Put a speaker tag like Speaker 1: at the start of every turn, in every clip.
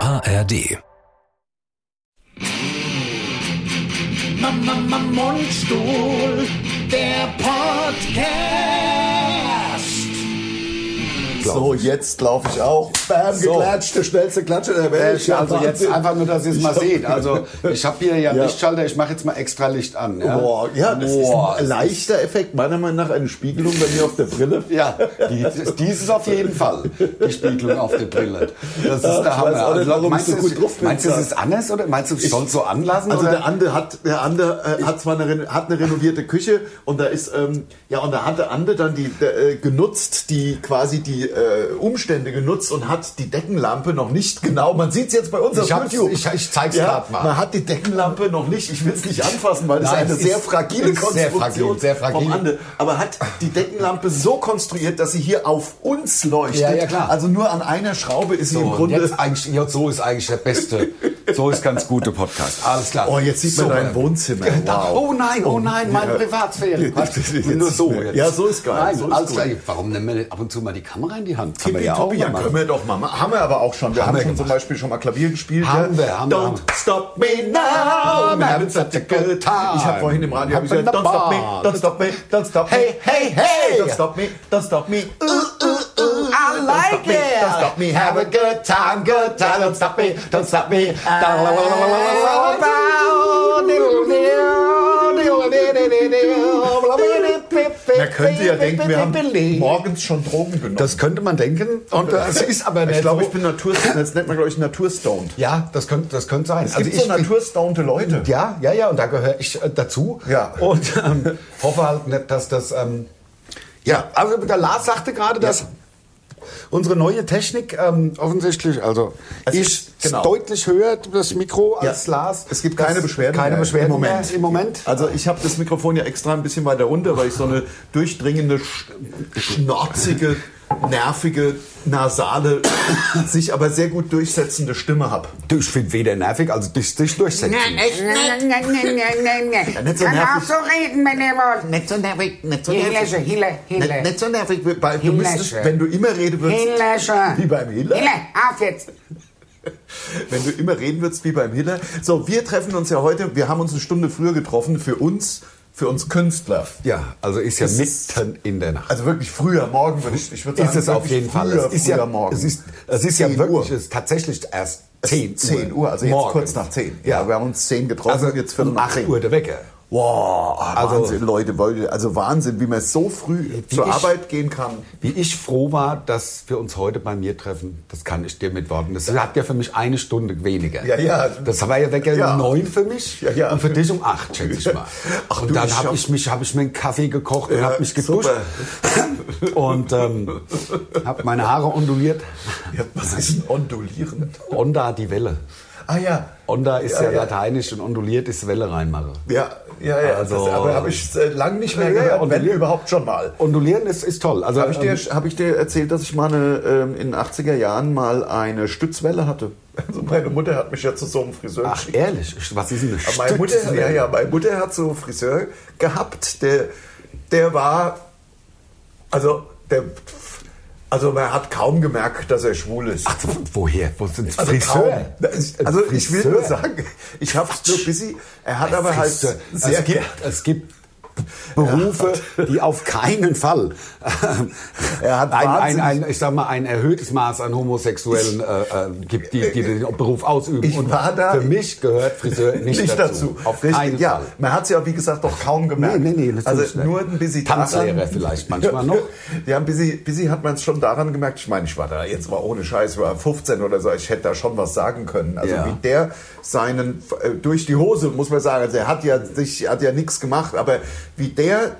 Speaker 1: ARD.
Speaker 2: Mama, Mama, Mundstuhl, der Podcast.
Speaker 3: So, jetzt laufe ich auch. Bam,
Speaker 4: So.
Speaker 3: geklatscht, der schnellste Klatsche der
Speaker 4: Äh,
Speaker 3: Welt.
Speaker 4: Ich, also
Speaker 3: Wahnsinn.
Speaker 4: jetzt einfach nur, dass ihr es mal
Speaker 3: Ich hab-
Speaker 4: seht. Also ich habe hier ja einen
Speaker 3: Ja.
Speaker 4: Lichtschalter, ich mache jetzt mal extra Licht an. Ja,
Speaker 3: Boah, ja, das
Speaker 4: Boah,
Speaker 3: ist ein leichter Effekt. Meiner Meinung nach eine Spiegelung bei mir auf der Brille.
Speaker 4: ja, die, dies ist auf jeden Fall die Spiegelung auf der Brille. Das ist
Speaker 3: Ach, ich
Speaker 4: der Hammer.
Speaker 3: weiß auch nicht,
Speaker 4: Also,
Speaker 3: warum
Speaker 4: meinst
Speaker 3: ich so
Speaker 4: du, es-
Speaker 3: gut drauf bin,
Speaker 4: meinst du, es
Speaker 3: Tag.
Speaker 4: ist anders oder meinst du, ich soll so anlassen?
Speaker 3: Also
Speaker 4: oder?
Speaker 3: der andere hat, der andere äh, hat zwar eine, reno- hat eine renovierte Küche und da ist ähm, ja und da hat der andere dann die der, äh, genutzt, die quasi die äh, Umstände genutzt und hat die Deckenlampe noch nicht genau. Man sieht es jetzt bei uns
Speaker 4: Ich
Speaker 3: auf
Speaker 4: hab's-
Speaker 3: YouTube.
Speaker 4: ich- ich zeig's
Speaker 3: ja,
Speaker 4: grad mal.
Speaker 3: mal. Man hat die Deckenlampe noch nicht. Ich will es nicht anfassen, weil das
Speaker 4: Nein,
Speaker 3: eine
Speaker 4: es
Speaker 3: sehr
Speaker 4: ist-
Speaker 3: fragile
Speaker 4: ist sehr
Speaker 3: Konstruktion
Speaker 4: fragil, sehr fragil.
Speaker 3: vom Ande. Aber hat die Deckenlampe so konstruiert, dass sie hier auf uns leuchtet.
Speaker 4: Ja, ja, klar.
Speaker 3: Also nur an einer Schraube ist sie im
Speaker 4: so,
Speaker 3: Grunde.
Speaker 4: jetzt eigentlich, ja, so ist eigentlich der beste, so ist ganz gute Podcast. Alles klar.
Speaker 3: Oh, jetzt sieht man
Speaker 4: Super.
Speaker 3: dein Wohnzimmer.
Speaker 4: Da-
Speaker 3: Wow.
Speaker 4: Oh nein, oh nein, meine
Speaker 3: Ja.
Speaker 4: Privatsphäre.
Speaker 3: Das ist jetzt-
Speaker 4: Nur so jetzt.
Speaker 3: Ja, so ist geil,
Speaker 4: Nein,
Speaker 3: so ist
Speaker 4: alles
Speaker 3: gut.
Speaker 4: klar. Warum nehmen wir nicht ab und zu mal die Kamera in die Hand? Kann man ja auch
Speaker 3: Tippitoppi, ja,
Speaker 4: mal
Speaker 3: können wir doch mal. machen. Haben wir aber auch schon. Wir
Speaker 4: Haben
Speaker 3: haben,
Speaker 4: wir
Speaker 3: schon
Speaker 4: gemacht.
Speaker 3: zum Beispiel schon mal Klavier gespielt.
Speaker 4: Haben wir, haben wir,
Speaker 3: Don't
Speaker 4: haben
Speaker 3: stop me now.
Speaker 4: Wir haben such a good time.
Speaker 3: Ich habe vorhin im Radio
Speaker 4: Haben
Speaker 3: gesagt,
Speaker 4: wir
Speaker 3: don't stop me,
Speaker 4: gemacht.
Speaker 3: don't stop me, don't stop me.
Speaker 4: Hey, hey, hey.
Speaker 3: Don't stop me, don't stop me. Uh, uh, uh.
Speaker 4: I like it.
Speaker 3: Don't stop me, have a good time, good time. Don't stop me, don't stop me. Man könnte ja denken, wir haben morgens schon Drogen genommen.
Speaker 4: Das könnte man denken. Und das ist aber nicht
Speaker 3: Ich glaube,
Speaker 4: so.
Speaker 3: ich bin Naturstoned. Das nennt man, glaube ich, Naturstoned.
Speaker 4: Ja, das könnte, das könnte sein. Also
Speaker 3: Es gibt so naturstonte Leute.
Speaker 4: ja, ja, ja, und da gehöre ich äh, dazu.
Speaker 3: Ja.
Speaker 4: Und ähm, hoffe halt nicht, dass das. Ähm, ja, also der Lars sagte gerade, dass unsere neue Technik ähm, offensichtlich, also,
Speaker 3: Es
Speaker 4: ich
Speaker 3: ist- genau.
Speaker 4: deutlich höher das Mikro als Lars.
Speaker 3: Es gibt
Speaker 4: Das-
Speaker 3: keine Beschwerden.
Speaker 4: Keine
Speaker 3: mehr
Speaker 4: Beschwerden
Speaker 3: im Moment.
Speaker 4: Mehr im Moment.
Speaker 3: Also ich habe das Mikrofon ja extra ein bisschen weiter runter, weil ich so eine durchdringende, sch schnorzige, nervige, nasale, sich aber sehr gut durchsetzende Stimme habe.
Speaker 4: Du, Ich finde weder nervig, also dich, dich durchsetzen.
Speaker 5: Nein, echt nicht. Nein, nein, nein, nein, nein.
Speaker 3: nicht so
Speaker 5: Kann
Speaker 3: nervig.
Speaker 5: auch so reden, wenn ihr wollt.
Speaker 3: Nicht so nervig, nicht so
Speaker 5: Hille schon, Hille,
Speaker 3: Nicht,
Speaker 5: Hille.
Speaker 3: nicht so nervig, weil du
Speaker 5: Hille
Speaker 3: müsstest,
Speaker 5: schon.
Speaker 3: wenn du immer reden würdest,
Speaker 5: Hille schon.
Speaker 3: wie beim Hille?
Speaker 5: Hille, auf jetzt.
Speaker 3: wenn du immer reden würdest wie beim Hiller. So, wir treffen uns ja heute, wir haben uns eine Stunde früher getroffen für uns, für uns Künstler.
Speaker 4: Ja, also ist ja
Speaker 3: Es ist-
Speaker 4: mitten in der Nacht.
Speaker 3: Also wirklich früher morgen würde ich, ich würde sagen,
Speaker 4: ist es auf
Speaker 3: wirklich
Speaker 4: jeden Fall.
Speaker 3: Früher,
Speaker 4: es ist
Speaker 3: früher
Speaker 4: ja,
Speaker 3: morgen.
Speaker 4: Es ist, es ist ja
Speaker 3: 10
Speaker 4: wirklich,
Speaker 3: Uhr.
Speaker 4: es ist tatsächlich erst 10
Speaker 3: 10,
Speaker 4: Uhr.
Speaker 3: 10 Uhr, also jetzt
Speaker 4: morgens.
Speaker 3: kurz nach 10.
Speaker 4: Ja,
Speaker 3: wir haben uns 10 getroffen,
Speaker 4: also
Speaker 3: jetzt
Speaker 4: jetzt
Speaker 3: Viertel
Speaker 4: um
Speaker 3: nach
Speaker 4: 8
Speaker 3: 10.
Speaker 4: Uhr der Wecker.
Speaker 3: Wow, also,
Speaker 4: Also-
Speaker 3: Wahnsinn, Leute, Leute, also Wahnsinn, wie man so früh zur
Speaker 4: ich-
Speaker 3: Arbeit gehen kann.
Speaker 4: Wie ich froh war, dass wir uns heute bei mir treffen, das kann ich dir mit Worten. Das hat ja für mich eine Stunde weniger.
Speaker 3: Ja, ja.
Speaker 4: Das war ja Wecker
Speaker 3: Ja.
Speaker 4: um 9 für mich
Speaker 3: Ja, ja.
Speaker 4: und für dich um 8, schätze ich mal.
Speaker 3: Ach,
Speaker 4: und
Speaker 3: du,
Speaker 4: dann
Speaker 3: ich
Speaker 4: habe
Speaker 3: hab-
Speaker 4: ich, mich, hab ich mir einen Kaffee gekocht und
Speaker 3: Ja,
Speaker 4: habe mich geduscht und ähm, habe meine Haare onduliert.
Speaker 3: Ja, was ist denn ondulierend?
Speaker 4: Onda die Welle.
Speaker 3: Ah ja.
Speaker 4: Onda ist
Speaker 3: Ja,
Speaker 4: ja,
Speaker 3: ja.
Speaker 4: lateinisch und onduliert ist Welle reinmache.
Speaker 3: Ja, ja, ja.
Speaker 4: Also-
Speaker 3: das, aber habe ich äh, lang nicht mehr
Speaker 4: Ja, ja,
Speaker 3: gehört,
Speaker 4: und-
Speaker 3: wenn überhaupt schon mal.
Speaker 4: Ondulieren ist, ist toll. Also
Speaker 3: Habe ich, dir-
Speaker 4: ähm,
Speaker 3: hab ich dir erzählt, dass ich mal eine, ähm, in den 80er Jahren mal eine Stützwelle hatte? Also meine Mutter hat mich ja zu so einem Friseur
Speaker 4: Ach,
Speaker 3: geschickt.
Speaker 4: ehrlich? Ich- Was ist denn
Speaker 3: Aber meine Mutter,
Speaker 4: Stütze?
Speaker 3: ja, ja, meine Mutter hat so einen Friseur gehabt, der, der war, also, der, also man hat kaum gemerkt, dass er schwul ist.
Speaker 4: Ach, woher? Wo sind
Speaker 3: Also,
Speaker 4: Friseur?
Speaker 3: kaum.
Speaker 4: Ein
Speaker 3: also ich will
Speaker 4: Friseur?
Speaker 3: nur sagen, ich hab's nur busy. Er hat
Speaker 4: Ein
Speaker 3: aber halt
Speaker 4: Friseur. Also
Speaker 3: sehr
Speaker 4: es, gibt,
Speaker 3: gern-
Speaker 4: es gibt Berufe, die auf keinen Fall
Speaker 3: Er hat
Speaker 4: ein, ein,
Speaker 3: wahnsinnig-
Speaker 4: ein, ich sag mal, ein erhötes Maß an Homosexuellen äh, äh, gibt, die, die den Beruf ausüben.
Speaker 3: Ich
Speaker 4: Und
Speaker 3: war da-
Speaker 4: für mich gehört Friseur nicht, dazu.
Speaker 3: Auf Richtig,
Speaker 4: keinen
Speaker 3: ja.
Speaker 4: Fall.
Speaker 3: Man hat es ja, wie gesagt, doch kaum gemerkt.
Speaker 4: Nee, nee, nee,
Speaker 3: also
Speaker 4: natürlich nicht.
Speaker 3: nur ein bisschen
Speaker 4: Tanzlehrer
Speaker 3: daran-
Speaker 4: vielleicht manchmal noch.
Speaker 3: ja, ein bisschen, bisschen hat man es schon daran gemerkt. Ich meine, ich war da jetzt mal ohne Scheiß, ich war 15 oder so. Ich hätte da schon was sagen können. Also
Speaker 4: Ja.
Speaker 3: wie der seinen, äh, durch die Hose, muss man sagen, also er hat ja, sich, hat ja nichts gemacht, aber wie der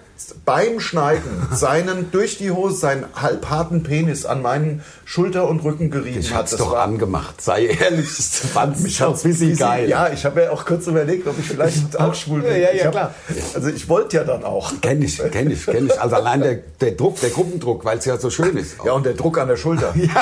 Speaker 3: beim Schneiden seinen durch die Hose seinen halbharten Penis an meinen Schulter und Rücken gerieben
Speaker 4: Ich
Speaker 3: hat.
Speaker 4: hat's
Speaker 3: das
Speaker 4: doch
Speaker 3: war-
Speaker 4: angemacht, sei ehrlich. Ich fand's
Speaker 3: mich
Speaker 4: doch
Speaker 3: hat's
Speaker 4: busy
Speaker 3: bisschen-
Speaker 4: geil.
Speaker 3: Ja, ich habe ja auch kurz überlegt, ob ich vielleicht auch schwul bin.
Speaker 4: Ja, ja,
Speaker 3: ich hab,
Speaker 4: klar.
Speaker 3: Also ich wollte ja dann auch.
Speaker 4: Kenn ich, kenn ich, kenn ich. Also allein der, der Druck, der Gruppendruck, weil es ja so schön ist. Genau.
Speaker 3: Ja, und der Druck an der Schulter.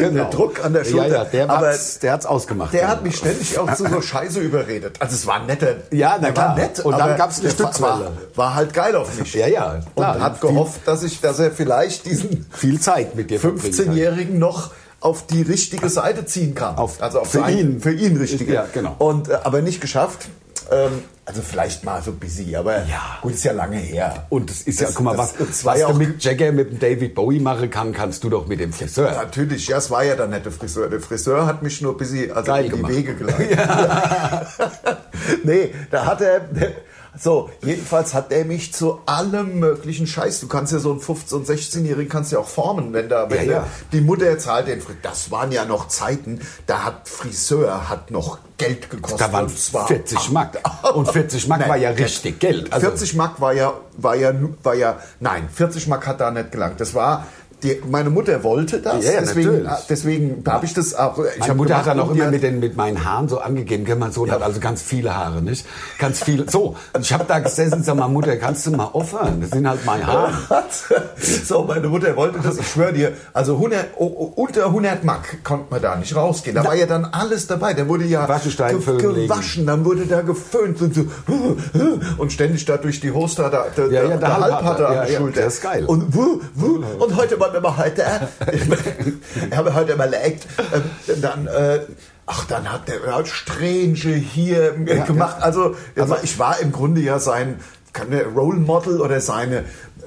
Speaker 3: Der Druck an der Schulter.
Speaker 4: Ja, ja, der
Speaker 3: Aber
Speaker 4: hat's, der hat's ausgemacht.
Speaker 3: der hat mich ständig auch zu so Scheiße überredet. Also es war netter.
Speaker 4: Ja, na
Speaker 3: der
Speaker 4: klar.
Speaker 3: war nett.
Speaker 4: Und dann
Speaker 3: aber
Speaker 4: gab's eine
Speaker 3: der war-
Speaker 4: Stützwelle.
Speaker 3: War, war halt geil auf mich.
Speaker 4: Ja, ja,
Speaker 3: Und
Speaker 4: klar.
Speaker 3: hat gehofft, dass ich, dass er vielleicht diesen
Speaker 4: viel Zeit mit dir verbringen kann.
Speaker 3: 15-Jährigen noch auf die richtige Seite ziehen kann.
Speaker 4: Auf-
Speaker 3: also auf
Speaker 4: für
Speaker 3: seine-
Speaker 4: ihn.
Speaker 3: Für ihn richtige.
Speaker 4: Ja, genau.
Speaker 3: Und, äh, aber nicht geschafft. Ähm, also vielleicht mal so busy, aber
Speaker 4: Ja.
Speaker 3: gut, ist ja lange her.
Speaker 4: Und es ist ja,
Speaker 3: Das-
Speaker 4: guck mal,
Speaker 3: das-
Speaker 4: was,
Speaker 3: das war
Speaker 4: was
Speaker 3: ja
Speaker 4: du
Speaker 3: auch-
Speaker 4: mit Jagger, mit dem David Bowie machen kann, kannst du doch mit dem Friseur.
Speaker 3: Natürlich, ja, es war ja der nette Friseur. Der Friseur hat mich nur busy also
Speaker 4: Geil
Speaker 3: in die
Speaker 4: gemacht.
Speaker 3: Wege geleitet. nee, da hat er. So, jedenfalls hat er mich zu allem möglichen Scheiß. Du kannst ja so einen 15- und 16-Jährigen kannst ja auch formen, wenn da wenn
Speaker 4: Ja, ja.
Speaker 3: da- die Mutter zahlt den Friseur. Das waren ja noch Zeiten, da hat Friseur hat noch Geld gekostet.
Speaker 4: Da waren
Speaker 3: und zwar
Speaker 4: 40 Mark. Und 40 Mark
Speaker 3: Nein,
Speaker 4: war ja richtig Geld. Also,
Speaker 3: 40 Mark war ja, war ja, nu- war ja, nein, 40 Mark hat da nicht gelangt. Das war, die, meine Mutter wollte das,
Speaker 4: Ja, ja,
Speaker 3: deswegen, ah,
Speaker 4: natürlich.
Speaker 3: deswegen habe ich das auch. Ich
Speaker 4: meine
Speaker 3: hab um
Speaker 4: Mutter hat
Speaker 3: gemacht
Speaker 4: dann auch
Speaker 3: und die
Speaker 4: immer mit, den, mit meinen Haaren so angegeben. Gell, mein Sohn hat also ganz viele Haare, nicht? Ganz viele. So, und ich habe da gesessen und sag mal, Mutter, kannst du mal aufhören? Das sind halt meine Haare.
Speaker 3: so, meine Mutter wollte das, ich schwöre dir, also 100, oh, oh, unter 100 Mark konnte man da nicht rausgehen. Da war ja dann alles dabei. Da wurde ja
Speaker 4: Waschenstein föhnen legen.
Speaker 3: gewaschen, dann wurde da geföhnt und, so, und ständig da durch die Hoster da, da,
Speaker 4: Ja, ja, der
Speaker 3: der
Speaker 4: Halbhaar,
Speaker 3: Halbhaar da an
Speaker 4: ja,
Speaker 3: der
Speaker 4: ja,
Speaker 3: Schulter.
Speaker 4: das ist geil.
Speaker 3: Und, wuh, wuh, und heute war immer heute, ich habe heute überlegt, ähm, dann, äh, ach, dann hat der Earl Strange hier äh, gemacht. Also, also, ich war im Grunde ja sein kann der Role Model oder seine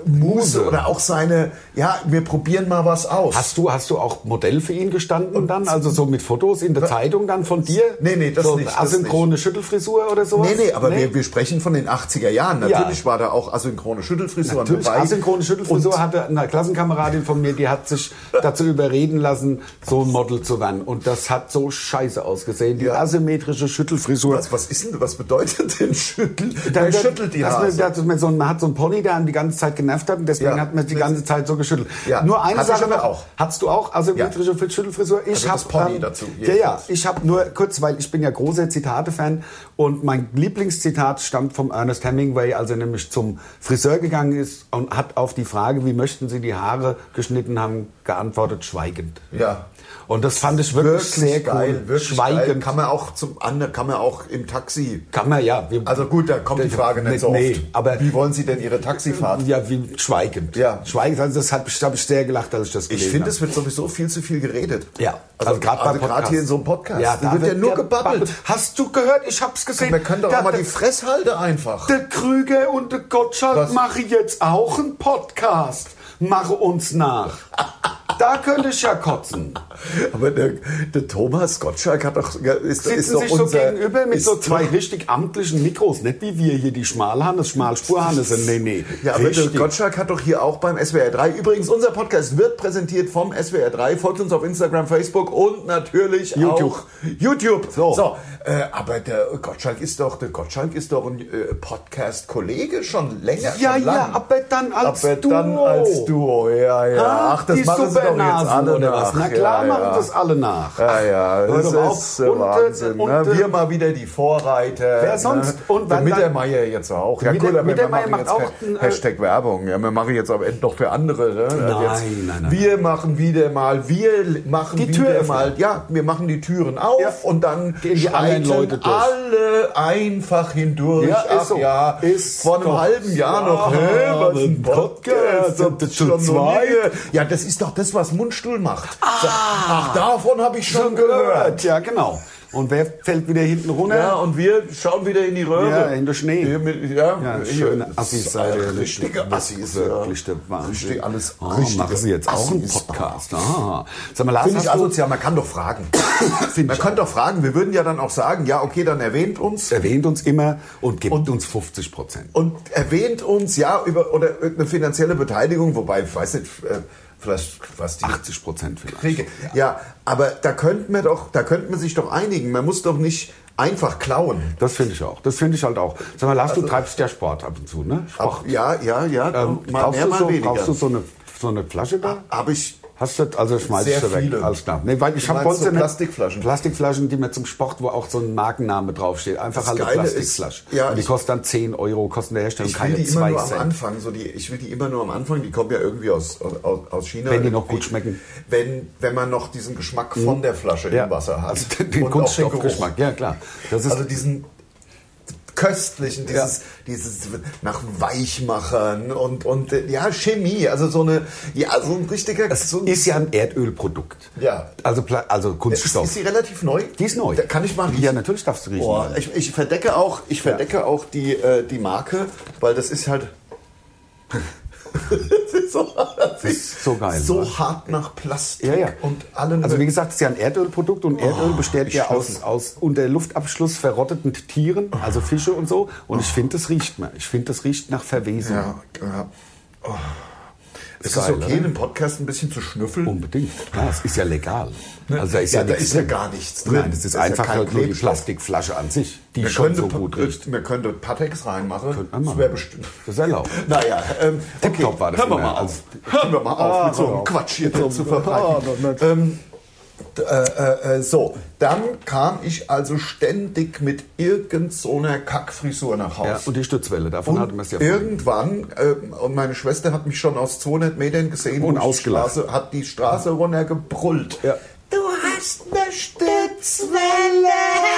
Speaker 3: Muse oder auch seine, ja, wir probieren mal was aus.
Speaker 4: Hast du, hast du auch Modell für ihn gestanden dann? Also so mit Fotos in der Zeitung dann von dir?
Speaker 3: Nee, nee, das
Speaker 4: so
Speaker 3: nicht, das
Speaker 4: Asynchrone Schüttelfrisur oder sowas?
Speaker 3: Nee, nee, aber Wir, wir sprechen von den 80er Jahren.
Speaker 4: Ja.
Speaker 3: Natürlich war da auch asynchrone Schüttelfrisur
Speaker 4: Natürlich,
Speaker 3: dabei.
Speaker 4: asynchrone Schüttelfrisur
Speaker 3: Und-
Speaker 4: hatte eine Klassenkameradin von mir, die hat sich dazu überreden lassen, so ein Model zu werden. Und das hat so scheiße ausgesehen. Die
Speaker 3: Ja.
Speaker 4: asymmetrische Schüttelfrisur.
Speaker 3: Was, was ist denn, was bedeutet denn Schüttel?
Speaker 4: Da-
Speaker 3: Man
Speaker 4: da-
Speaker 3: schüttelt die
Speaker 4: dass
Speaker 3: Haare.
Speaker 4: Man, dass man, so, einen- man hat so einen Pony, der einen die ganze Zeit genervt hat und deswegen
Speaker 3: Ja.
Speaker 4: hat man die ganze Zeit so geschüttelt.
Speaker 3: Ja.
Speaker 4: Nur eine
Speaker 3: Hatte ich
Speaker 4: Sache
Speaker 3: aber
Speaker 4: noch.
Speaker 3: auch.
Speaker 4: Hattest du auch Also asymmetrische Schüttelfrisur? Ich
Speaker 3: Also das
Speaker 4: hab, ähm,
Speaker 3: Pony dazu,
Speaker 4: Ja, ja.
Speaker 3: jedenfalls.
Speaker 4: Ich habe nur kurz, weil ich bin ja großer Zitate-Fan und mein Lieblingszitat stammt vom Ernest Hemingway, als er nämlich zum Friseur gegangen ist und hat auf die Frage, wie möchten Sie die Haare geschnitten haben, geantwortet, schweigend.
Speaker 3: Ja.
Speaker 4: Und das fand ich wirklich, sehr
Speaker 3: geil,
Speaker 4: cool.
Speaker 3: wirklich
Speaker 4: schweigend.
Speaker 3: geil. Kann man auch zum anderen, kann man auch im Taxi.
Speaker 4: Kann man ja. Wir-
Speaker 3: Also gut, da kommt die Frage nicht so oft.
Speaker 4: Nee, aber
Speaker 3: wie wollen Sie denn Ihre Taxifahrt?
Speaker 4: Also Ja, wie schweigend.
Speaker 3: Ja.
Speaker 4: Schweigend, also das habe ich, hab ich sehr gelacht, als ich das gelesen
Speaker 3: Ich finde,
Speaker 4: habe.
Speaker 3: es wird sowieso viel zu viel geredet.
Speaker 4: Ja,
Speaker 3: also, gerade
Speaker 4: beim
Speaker 3: gerade
Speaker 4: Podcast.
Speaker 3: hier in so einem Podcast.
Speaker 4: Ja,
Speaker 3: da wird ja nur gebabbelt.
Speaker 4: Hast du gehört? Ich hab's gesehen.
Speaker 3: Man kann doch
Speaker 4: Da-
Speaker 3: auch mal
Speaker 4: da-
Speaker 3: die Fresshalde einfach.
Speaker 4: Der Krüger und der Gottschalk
Speaker 3: Was?
Speaker 4: machen jetzt auch einen Podcast. Mache uns nach. Da könnte ich ja kotzen.
Speaker 3: Aber der, der Thomas Gottschalk hat doch, ja, ist,
Speaker 4: Sitzen
Speaker 3: ist doch
Speaker 4: sich
Speaker 3: unser,
Speaker 4: so gegenüber mit
Speaker 3: ist
Speaker 4: so zwei
Speaker 3: doch-
Speaker 4: richtig amtlichen Mikros. Nicht wie wir hier, die Schmalhannes, Schmalspurhannesen. Nee, nee.
Speaker 3: Ja, aber der
Speaker 4: Richtig.
Speaker 3: Gottschalk hat doch hier auch beim SWR 3. Übrigens, unser Podcast wird präsentiert vom SWR 3. Folgt uns auf Instagram, Facebook und natürlich
Speaker 4: YouTube.
Speaker 3: auch YouTube. So, äh, aber der Gottschalk ist doch, der Gottschalk ist doch ein äh, Podcast-Kollege schon länger.
Speaker 4: Ja,
Speaker 3: schon
Speaker 4: ja,
Speaker 3: lang.
Speaker 4: aber dann als
Speaker 3: aber dann
Speaker 4: Duo.
Speaker 3: als Duo, ja, ja.
Speaker 4: Ah,
Speaker 3: Ach, das
Speaker 4: die
Speaker 3: machen sie doch jetzt
Speaker 4: Supernasen
Speaker 3: alle
Speaker 4: oder was?
Speaker 3: nach.
Speaker 4: Na klar
Speaker 3: ja,
Speaker 4: machen
Speaker 3: ja.
Speaker 4: das alle nach.
Speaker 3: Ja, ja,
Speaker 4: Hör
Speaker 3: das
Speaker 4: doch auf.
Speaker 3: ist der
Speaker 4: Und, äh,
Speaker 3: Wahnsinn.
Speaker 4: und,
Speaker 3: ne?
Speaker 4: äh,
Speaker 3: Wir mal wieder die Vorreiter.
Speaker 4: Wer sonst? Und
Speaker 3: Und der
Speaker 4: wann dann-
Speaker 3: Mittermeier jetzt auch. Ja,
Speaker 4: Mit-
Speaker 3: cool, aber wir
Speaker 4: Mittermeier
Speaker 3: machen
Speaker 4: macht
Speaker 3: jetzt
Speaker 4: auch
Speaker 3: auch
Speaker 4: einen, äh,
Speaker 3: Hashtag Werbung. Ja, wir machen jetzt aber noch für andere. Ne? Also
Speaker 4: Nein,
Speaker 3: jetzt,
Speaker 4: nein, nein.
Speaker 3: Wir machen wieder mal, wir machen
Speaker 4: Die Tür
Speaker 3: wieder
Speaker 4: öffnen.
Speaker 3: mal, ja, wir machen die Türen auf
Speaker 4: Ja.
Speaker 3: und dann
Speaker 4: Gehen die anderen
Speaker 3: schreiten
Speaker 4: Leute durch.
Speaker 3: alle einfach hindurch.
Speaker 4: Ja, ist
Speaker 3: Ach
Speaker 4: so.
Speaker 3: ja,
Speaker 4: Ist
Speaker 3: vor einem
Speaker 4: doch
Speaker 3: halben Jahr noch.
Speaker 4: so.
Speaker 3: Hä, was ein Podcast?
Speaker 4: Sind das schon
Speaker 3: noch nie
Speaker 4: zwei?
Speaker 3: gehört. Ja, das ist doch das, was Mundstuhl macht. Ach, davon habe ich Ah. schon gehört. ne?
Speaker 4: Ja, genau. Und wer fällt wieder hinten runter?
Speaker 3: Ja, und wir schauen wieder in die Röhre.
Speaker 4: Ja, in den Schnee.
Speaker 3: Ja, mit- ja,
Speaker 4: Ja,
Speaker 3: hier.
Speaker 4: schöne Assis seid ihr.
Speaker 3: Richtige
Speaker 4: Das ist
Speaker 3: Assis.
Speaker 4: Wirklich
Speaker 3: ja.
Speaker 4: der Wahnsinn.
Speaker 3: Richtig, alles
Speaker 4: Ah,
Speaker 3: richtige
Speaker 4: machen Sie jetzt auch einen
Speaker 3: Assis.
Speaker 4: Podcast. Ah. Sag mal, Lars,
Speaker 3: Finde ich
Speaker 4: hast du-
Speaker 3: asozial, man kann doch fragen.
Speaker 4: Find
Speaker 3: man
Speaker 4: ich
Speaker 3: kann doch fragen, wir würden ja dann auch sagen, ja, okay, dann erwähnt uns.
Speaker 4: erwähnt uns immer und gibt uns 50 Prozent.
Speaker 3: Und erwähnt uns, ja, über oder eine finanzielle Beteiligung, wobei, ich weiß nicht, äh, vielleicht, was die
Speaker 4: 80 Prozent vielleicht.
Speaker 3: Kriege. Ja. aber da könnten wir doch, da könnte man sich doch einigen. Man muss doch nicht einfach klauen.
Speaker 4: Das finde ich auch. Das finde ich halt auch. Sag mal, Lars,
Speaker 3: Also-
Speaker 4: du treibst ja Sport ab und zu, ne? Sport.
Speaker 3: Ab, ja, ja, ja,
Speaker 4: Ähm,
Speaker 3: mal
Speaker 4: brauchst,
Speaker 3: mehr,
Speaker 4: du
Speaker 3: mal
Speaker 4: so, brauchst du
Speaker 3: weniger.
Speaker 4: so eine, so eine Flasche da?
Speaker 3: Habe ich
Speaker 4: Hast du, also schmeißt
Speaker 3: Sehr
Speaker 4: du weg,
Speaker 3: viele.
Speaker 4: alles klar. Nee, weil ich
Speaker 3: Du
Speaker 4: habe
Speaker 3: meinst so
Speaker 4: wollte nicht-
Speaker 3: Plastikflaschen?
Speaker 4: halt Plastikflaschen, die mir zum Sport, wo auch so ein Markenname draufsteht. Einfach
Speaker 3: Das
Speaker 4: halt eine
Speaker 3: Geile ist-
Speaker 4: Plastikflasche.
Speaker 3: ja,
Speaker 4: Und die
Speaker 3: ich-
Speaker 4: kostet dann 10 Euro, kosten der Herstellung
Speaker 3: Ich will
Speaker 4: keine
Speaker 3: die immer
Speaker 4: 2
Speaker 3: nur am
Speaker 4: Cent.
Speaker 3: Anfang, so die, ich will die immer nur am Anfang, die kommen ja irgendwie aus, aus, aus China.
Speaker 4: Wenn die noch gut
Speaker 3: Ich-
Speaker 4: schmecken. Mhm.
Speaker 3: Wenn, wenn man noch diesen Geschmack von der Flasche
Speaker 4: Ja.
Speaker 3: im Wasser hat.
Speaker 4: Also den
Speaker 3: Und auch den Also
Speaker 4: Kunststoffgeschmack,
Speaker 3: Geruch.
Speaker 4: ja klar. Das ist
Speaker 3: Also diesen Köstlichen, dieses, dieses nach Weichmachern und, und äh, ja, Chemie, also so eine, ja, so ein richtiger.
Speaker 4: Es
Speaker 3: so ein-
Speaker 4: ist ja ein Erdölprodukt.
Speaker 3: Ja.
Speaker 4: Also, Pla- also
Speaker 3: ist,
Speaker 4: Kunststoff.
Speaker 3: ist sie relativ neu?
Speaker 4: Die ist neu.
Speaker 3: Da kann ich mal riechen.
Speaker 4: Ja, natürlich darfst du riechen.
Speaker 3: Boah, ich, ich verdecke auch, ich verdecke auch die, äh, die Marke, weil das ist halt. das ist so, das
Speaker 4: ist so geil,
Speaker 3: So
Speaker 4: oder?
Speaker 3: hart nach Plastik
Speaker 4: Ja, ja.
Speaker 3: und Oh, allen.
Speaker 4: also wie gesagt, es ist ja ein Erdölprodukt und Erdöl besteht
Speaker 3: ich
Speaker 4: ja
Speaker 3: schnüffel.
Speaker 4: aus, aus unter Luftabschluss verrotteten Tieren, also Fische und so. Und ich finde, das riecht mal. Ich finde, das riecht nach Verwesung.
Speaker 3: Oh. ja, ja. Oh. Es ist
Speaker 4: geil,
Speaker 3: okay,
Speaker 4: oder? Um
Speaker 3: in einem Podcast ein bisschen zu schnüffeln.
Speaker 4: Unbedingt. Ja, es ist ja legal. Also da ist
Speaker 3: Ne? Ja,
Speaker 4: ja,
Speaker 3: da
Speaker 4: nichts
Speaker 3: ist ja
Speaker 4: drin.
Speaker 3: gar nichts drin.
Speaker 4: Nein,
Speaker 3: Das
Speaker 4: das ist
Speaker 3: ist ja
Speaker 4: einfach
Speaker 3: kein
Speaker 4: halt nur die
Speaker 3: Klebstoff.
Speaker 4: Plastikflasche an sich, die
Speaker 3: Wir
Speaker 4: schon
Speaker 3: könnte,
Speaker 4: so gut riecht.
Speaker 3: wir könnte Patex reinmachen.
Speaker 4: Könnte man
Speaker 3: das
Speaker 4: machen.
Speaker 3: wäre bestimmt.
Speaker 4: Das ist erlaubt.
Speaker 3: Naja, ähm,
Speaker 4: Tiptop war das
Speaker 3: hören wir
Speaker 4: immer.
Speaker 3: mal auf.
Speaker 4: Also-
Speaker 3: hören wir mal auf,
Speaker 4: Ah,
Speaker 3: mit so einem
Speaker 4: hör auf.
Speaker 3: Quatsch hier
Speaker 4: Mit so
Speaker 3: drin
Speaker 4: einem-
Speaker 3: zu
Speaker 4: Ah,
Speaker 3: verbreiten.
Speaker 4: doch nicht.
Speaker 3: ähm, d- äh, äh, äh, so, dann kam ich also ständig mit irgend so einer Kackfrisur nach Hause.
Speaker 4: Ja, und die Stützwelle, davon hatten wir es ja vorhin.
Speaker 3: irgendwann, ähm, und meine Schwester hat mich schon aus 200 Metern gesehen
Speaker 4: Und
Speaker 3: wo ich die
Speaker 4: ausgelacht.
Speaker 3: Straße, hat die Straße runtergebrüllt.
Speaker 4: Ja.
Speaker 3: Du hast ne eine Stützwelle!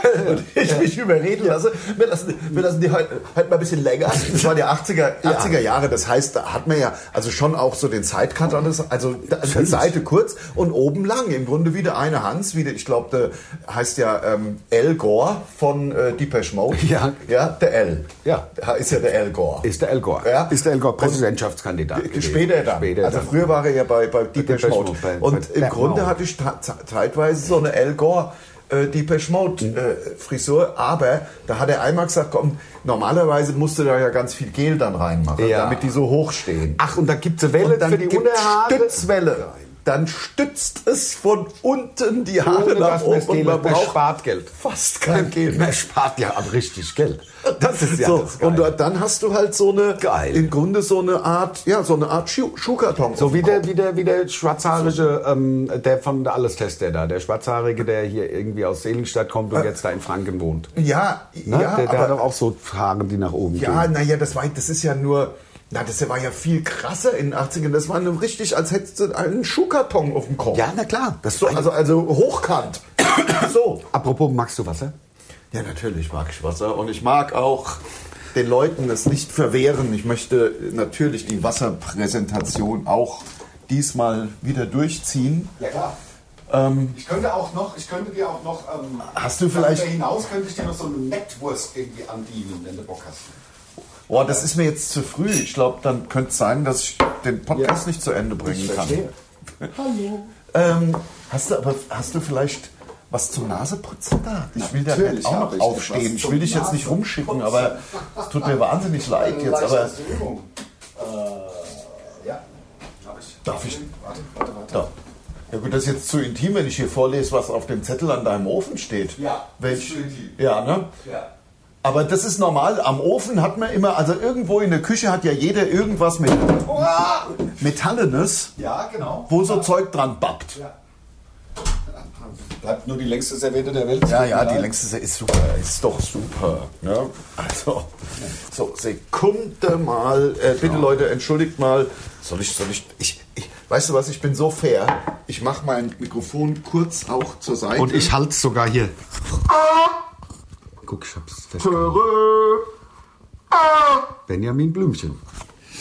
Speaker 3: Und ich mich überreden lasse, wir lassen, wir lassen die heute, heute mal ein bisschen länger. Das waren ja 80er, 80er Jahre, das heißt, da hat man ja also schon auch so den Sidecut an das, also da- die Seite kurz und oben lang. Im Grunde wieder eine Hans, wieder, ich glaube, der heißt ja ähm, El Gore von äh, Deepesh Mode.
Speaker 4: Ja.
Speaker 3: Ja, der L.
Speaker 4: Ja.
Speaker 3: Ist ja der El Gore.
Speaker 4: Ist der El Gore.
Speaker 3: Ja. Äh,
Speaker 4: Ist der El Gore Präsidentschaftskandidat. gewesen.
Speaker 3: Später dann.
Speaker 4: Später
Speaker 3: also
Speaker 4: dann.
Speaker 3: früher war er ja bei, bei Deepesh
Speaker 4: Depeche
Speaker 3: Mode.
Speaker 4: Mode, bei-
Speaker 3: Und
Speaker 4: bei
Speaker 3: im
Speaker 4: Black
Speaker 3: Grunde
Speaker 4: Mode.
Speaker 3: hatte ich ta- ta- zeitweise so eine Al Gore äh, Depeche Mode
Speaker 4: Mhm.
Speaker 3: äh, Frisur, aber da hat er einmal gesagt, komm, normalerweise musst du da ja ganz viel Gel dann reinmachen,
Speaker 4: Ja.
Speaker 3: damit die so hoch stehen.
Speaker 4: Ach, und da gibt es Welle
Speaker 3: Und dann
Speaker 4: für die
Speaker 3: gibt's
Speaker 4: Unterhaare.
Speaker 3: Stützwelle. Dann stützt es von unten die Haare
Speaker 4: Ohne
Speaker 3: nach
Speaker 4: dass
Speaker 3: oben
Speaker 4: man es
Speaker 3: und
Speaker 4: Geld
Speaker 3: man
Speaker 4: hat, man
Speaker 3: braucht
Speaker 4: spart Geld.
Speaker 3: fast kein Gel.
Speaker 4: Man spart ja aber richtig Geld. Das ist ja
Speaker 3: so,
Speaker 4: das
Speaker 3: und da-
Speaker 4: Geile.
Speaker 3: dann hast du halt so eine,
Speaker 4: Geil.
Speaker 3: im Grunde so eine Art, ja, so eine Art Schuh Schuhkarton. auf
Speaker 4: So wie
Speaker 3: dem
Speaker 4: der,
Speaker 3: Kopf.
Speaker 4: wie der, wie der schwarzhaarige, ähm, der von der Alles-Test, der da, der schwarzhaarige, der hier irgendwie aus Seligenstadt kommt
Speaker 1: Äh.
Speaker 4: und jetzt da in Franken wohnt.
Speaker 3: Ja,
Speaker 4: Ne?
Speaker 3: ja,
Speaker 4: der, der hat
Speaker 3: aber,
Speaker 4: doch auch so Haare, die nach oben
Speaker 3: ja,
Speaker 4: gehen.
Speaker 3: naja, das war, das ist ja nur, na, das war ja viel krasser in den 80ern. Das war nur richtig, als hättest du einen Schuhkarton auf dem Kopf.
Speaker 1: genau.
Speaker 4: Ja, na klar. Das
Speaker 3: so, also, also hochkant. so.
Speaker 4: Apropos, magst du Wasser?
Speaker 3: Ja, natürlich mag ich Wasser und ich mag auch den Leuten es nicht verwehren. Ich möchte natürlich die Wasserpräsentation auch diesmal wieder durchziehen.
Speaker 1: Ja klar.
Speaker 3: Ähm,
Speaker 1: Ich könnte auch noch, ich könnte dir auch noch, ähm,
Speaker 3: Hast du vielleicht-
Speaker 1: darüber hinaus könnte ich dir noch so eine Mettwurst irgendwie andienen, wenn du Bock hast.
Speaker 3: Boah, das ist mir jetzt zu früh. Ich glaube, dann könnte es sein, dass ich den Podcast nicht zu Ende bringen kann. Hallo. Ähm, hast du aber hast du vielleicht was zum Naseputzen da? Ich will da
Speaker 1: Natürlich
Speaker 3: jetzt auch noch
Speaker 1: habe ich
Speaker 3: aufstehen.
Speaker 1: etwas
Speaker 3: Ich will dich
Speaker 1: zum
Speaker 3: jetzt nicht
Speaker 1: Naseputzen.
Speaker 3: rumschicken, aber es tut mir wahnsinnig leid jetzt. Aber
Speaker 1: Leichteste Übung. Äh, ja, habe ich.
Speaker 3: Darf ich-
Speaker 1: Warte, warte, warte.
Speaker 3: da. Ja gut, das ist jetzt zu intim, wenn ich hier vorlese, was auf dem Zettel an deinem Ofen steht.
Speaker 1: Ja,
Speaker 3: Welch,
Speaker 1: ist zu intim.
Speaker 3: Ja, ne?
Speaker 1: Ja.
Speaker 3: Aber das ist normal. Am Ofen hat man immer, also irgendwo in der Küche hat ja jeder irgendwas mit
Speaker 1: Uah!
Speaker 3: Metallenes,
Speaker 1: Ja, genau.
Speaker 3: wo so Zeug dran bappt.
Speaker 1: Ja. Bleibt nur die längste Serviette der Welt.
Speaker 3: Ja, ja, die längste Se- ist super, ist doch super. Ne? Also, so, Sekunde mal. Äh, bitte, Leute, entschuldigt mal. Soll ich, soll ich, ich, ich, weißt du was, ich bin so fair. Ich mache mein Mikrofon kurz auch zur Seite.
Speaker 4: Und ich halte sogar hier. Guck, ich hab's fest. Benjamin Blümchen.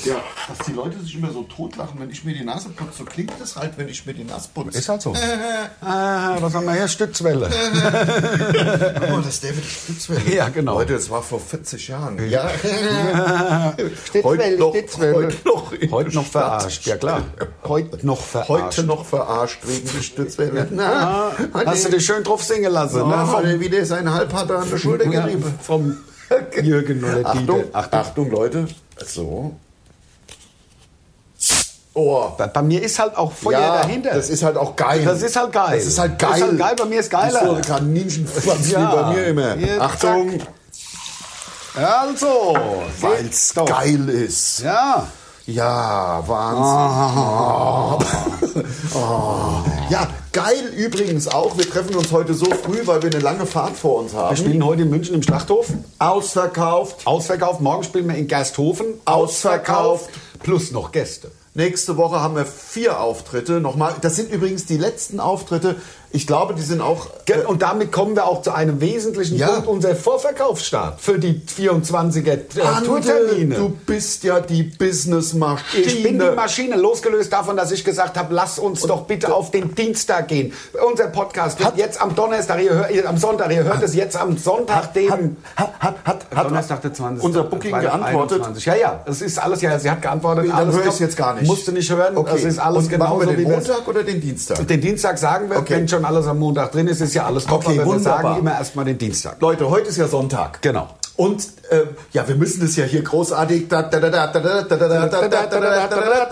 Speaker 3: Ja, dass die Leute sich immer so totlachen, wenn ich mir die Nase putze. So klingt das halt, wenn ich mir die Nase putze.
Speaker 4: Ist halt so. Ah, was haben wir hier? Stützwelle.
Speaker 3: Oh, das ist David Stützwelle.
Speaker 4: Ja, genau.
Speaker 3: Leute, das war vor 40 Jahren. Ja.
Speaker 4: Stützwelle,
Speaker 3: heute noch,
Speaker 4: Stützwelle.
Speaker 3: Heute noch, in
Speaker 4: Heute
Speaker 3: der
Speaker 4: noch
Speaker 3: Stadt.
Speaker 4: verarscht, ja klar. Heute noch verarscht.
Speaker 3: Heute noch verarscht wegen der Stützwelle. Na,
Speaker 4: Hast du dich schön drauf singen lassen?
Speaker 3: Na,
Speaker 4: ne?
Speaker 3: hat er wieder seinen Halbhatter an der Schulter gerieben.
Speaker 4: Vom Jürgen oder
Speaker 3: Achtung,
Speaker 4: Dieter.
Speaker 3: Achtung, Achtung, Leute. So. Oh.
Speaker 4: Bei, bei mir ist halt auch Feuer
Speaker 3: ja,
Speaker 4: dahinter.
Speaker 3: das ist halt auch geil.
Speaker 4: Das ist halt geil.
Speaker 3: Das ist halt geil.
Speaker 4: Das ist halt geil, bei mir ist geiler.
Speaker 3: Das ist so ein Kaninchenpflanz
Speaker 4: Ja.
Speaker 3: wie bei mir immer.
Speaker 4: Jetzt
Speaker 3: Achtung,
Speaker 4: also,
Speaker 3: weil es
Speaker 4: doch.
Speaker 3: geil ist.
Speaker 4: Ja.
Speaker 3: Ja, Wahnsinn. Oh. Ja, geil übrigens auch. Wir treffen uns heute so früh, weil wir eine lange Fahrt vor uns
Speaker 4: Wir
Speaker 3: haben.
Speaker 4: spielen heute in München im Schlachthof.
Speaker 3: Ausverkauft.
Speaker 4: Ausverkauft. Morgen spielen wir in Gersthofen.
Speaker 3: Ausverkauft.
Speaker 4: Plus noch Gäste.
Speaker 3: Nächste Woche haben wir vier Auftritte. Nochmal, das sind übrigens die letzten Auftritte Ich glaube, die sind auch.
Speaker 4: Gell? Äh, Und damit kommen wir auch zu einem wesentlichen
Speaker 3: Ja.
Speaker 4: Punkt, unser Vorverkaufsstart für die 24er äh, Tourtermine.
Speaker 3: du bist ja die Businessmaschine.
Speaker 4: Ich bin die Maschine, losgelöst davon, dass ich gesagt habe, lass uns doch bitte auf den Dienstag gehen. Unser Podcast wird
Speaker 3: Hat-
Speaker 4: jetzt am Donnerstag, ihr hört, ihr, am Sonntag, ihr hört es jetzt am Sonntag, dem...
Speaker 3: Hat, hat, hat, hat
Speaker 4: Donnerstag, der 20.
Speaker 3: unser Booking
Speaker 4: 20.
Speaker 3: geantwortet.
Speaker 4: 21. Ja, ja, es ist alles, ja, sie hat geantwortet.
Speaker 3: Dann
Speaker 4: alles
Speaker 3: höre ich
Speaker 4: kommt.
Speaker 3: es jetzt gar nicht.
Speaker 4: Musste nicht hören,
Speaker 3: Okay.
Speaker 4: das ist alles
Speaker 3: Und
Speaker 4: genauso
Speaker 3: machen wir den
Speaker 4: wie wir es-
Speaker 3: Montag oder den Dienstag?
Speaker 4: Den Dienstag sagen wir,
Speaker 3: Okay.
Speaker 4: wenn schon alles am Montag drin ist, ist ja alles top,
Speaker 3: Okay,
Speaker 4: aber wir
Speaker 3: wunderbar.
Speaker 4: sagen immer erstmal den Dienstag.
Speaker 3: Leute, heute ist ja Sonntag.
Speaker 4: Genau.
Speaker 3: Und äh, ja, wir müssen es ja hier großartig. da, da, da, da, da, da, da, da, da, da, da, da, da, da, da, da,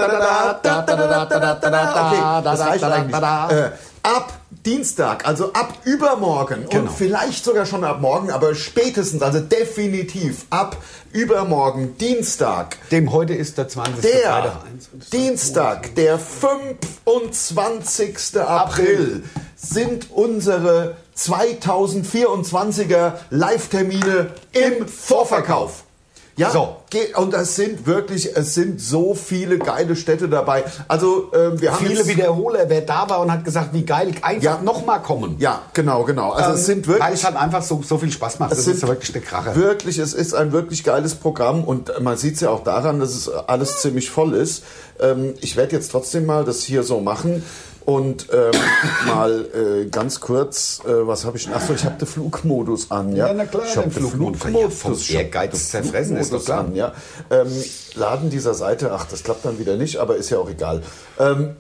Speaker 3: da, da, da, da, da, da, da, da. Okay, das reicht eigentlich. Äh, Ab Dienstag, also ab übermorgen
Speaker 4: Genau.
Speaker 3: und vielleicht sogar schon ab morgen, aber spätestens, also definitiv ab übermorgen, Dienstag,
Speaker 4: Dem heute ist der 20.
Speaker 3: der
Speaker 4: Freitag.
Speaker 3: Dienstag, der 25. April, sind unsere 2024er Live-Termine im Vorverkauf. Ja,
Speaker 4: So.
Speaker 3: ge- und es sind wirklich, es sind so viele geile Städte dabei. Also ähm, wir haben
Speaker 4: Viele
Speaker 3: jetzt,
Speaker 4: Wiederholer, wer da war und hat gesagt, wie geil, einfach
Speaker 3: Ja.
Speaker 4: nochmal kommen.
Speaker 3: ja genau, genau. Also es sind
Speaker 4: Weil
Speaker 3: wirklich
Speaker 4: es halt einfach so, so viel Spaß macht. Das
Speaker 3: sind
Speaker 4: ist ja wirklich der Kracher.
Speaker 3: Wirklich, es ist ein wirklich geiles Programm und man sieht es ja auch daran, dass es alles ziemlich voll ist. Ähm, ich werde jetzt trotzdem mal das hier so machen und ähm, mal äh, ganz kurz, äh, was habe ich? Achso, ich habe den Flugmodus an. Ja,
Speaker 4: Ja, na klar,
Speaker 3: ich habe
Speaker 4: den
Speaker 3: den
Speaker 4: Flugmodus.
Speaker 3: Flugmodus,
Speaker 4: Ja, vom
Speaker 3: ich hab
Speaker 4: Ehrgeiz
Speaker 3: den
Speaker 4: zerfressen, ist doch
Speaker 3: Flugmodus
Speaker 4: klar.
Speaker 3: An, ja. ähm, Laden dieser Seite, ach, das klappt dann wieder nicht, aber ist ja auch egal. Ähm,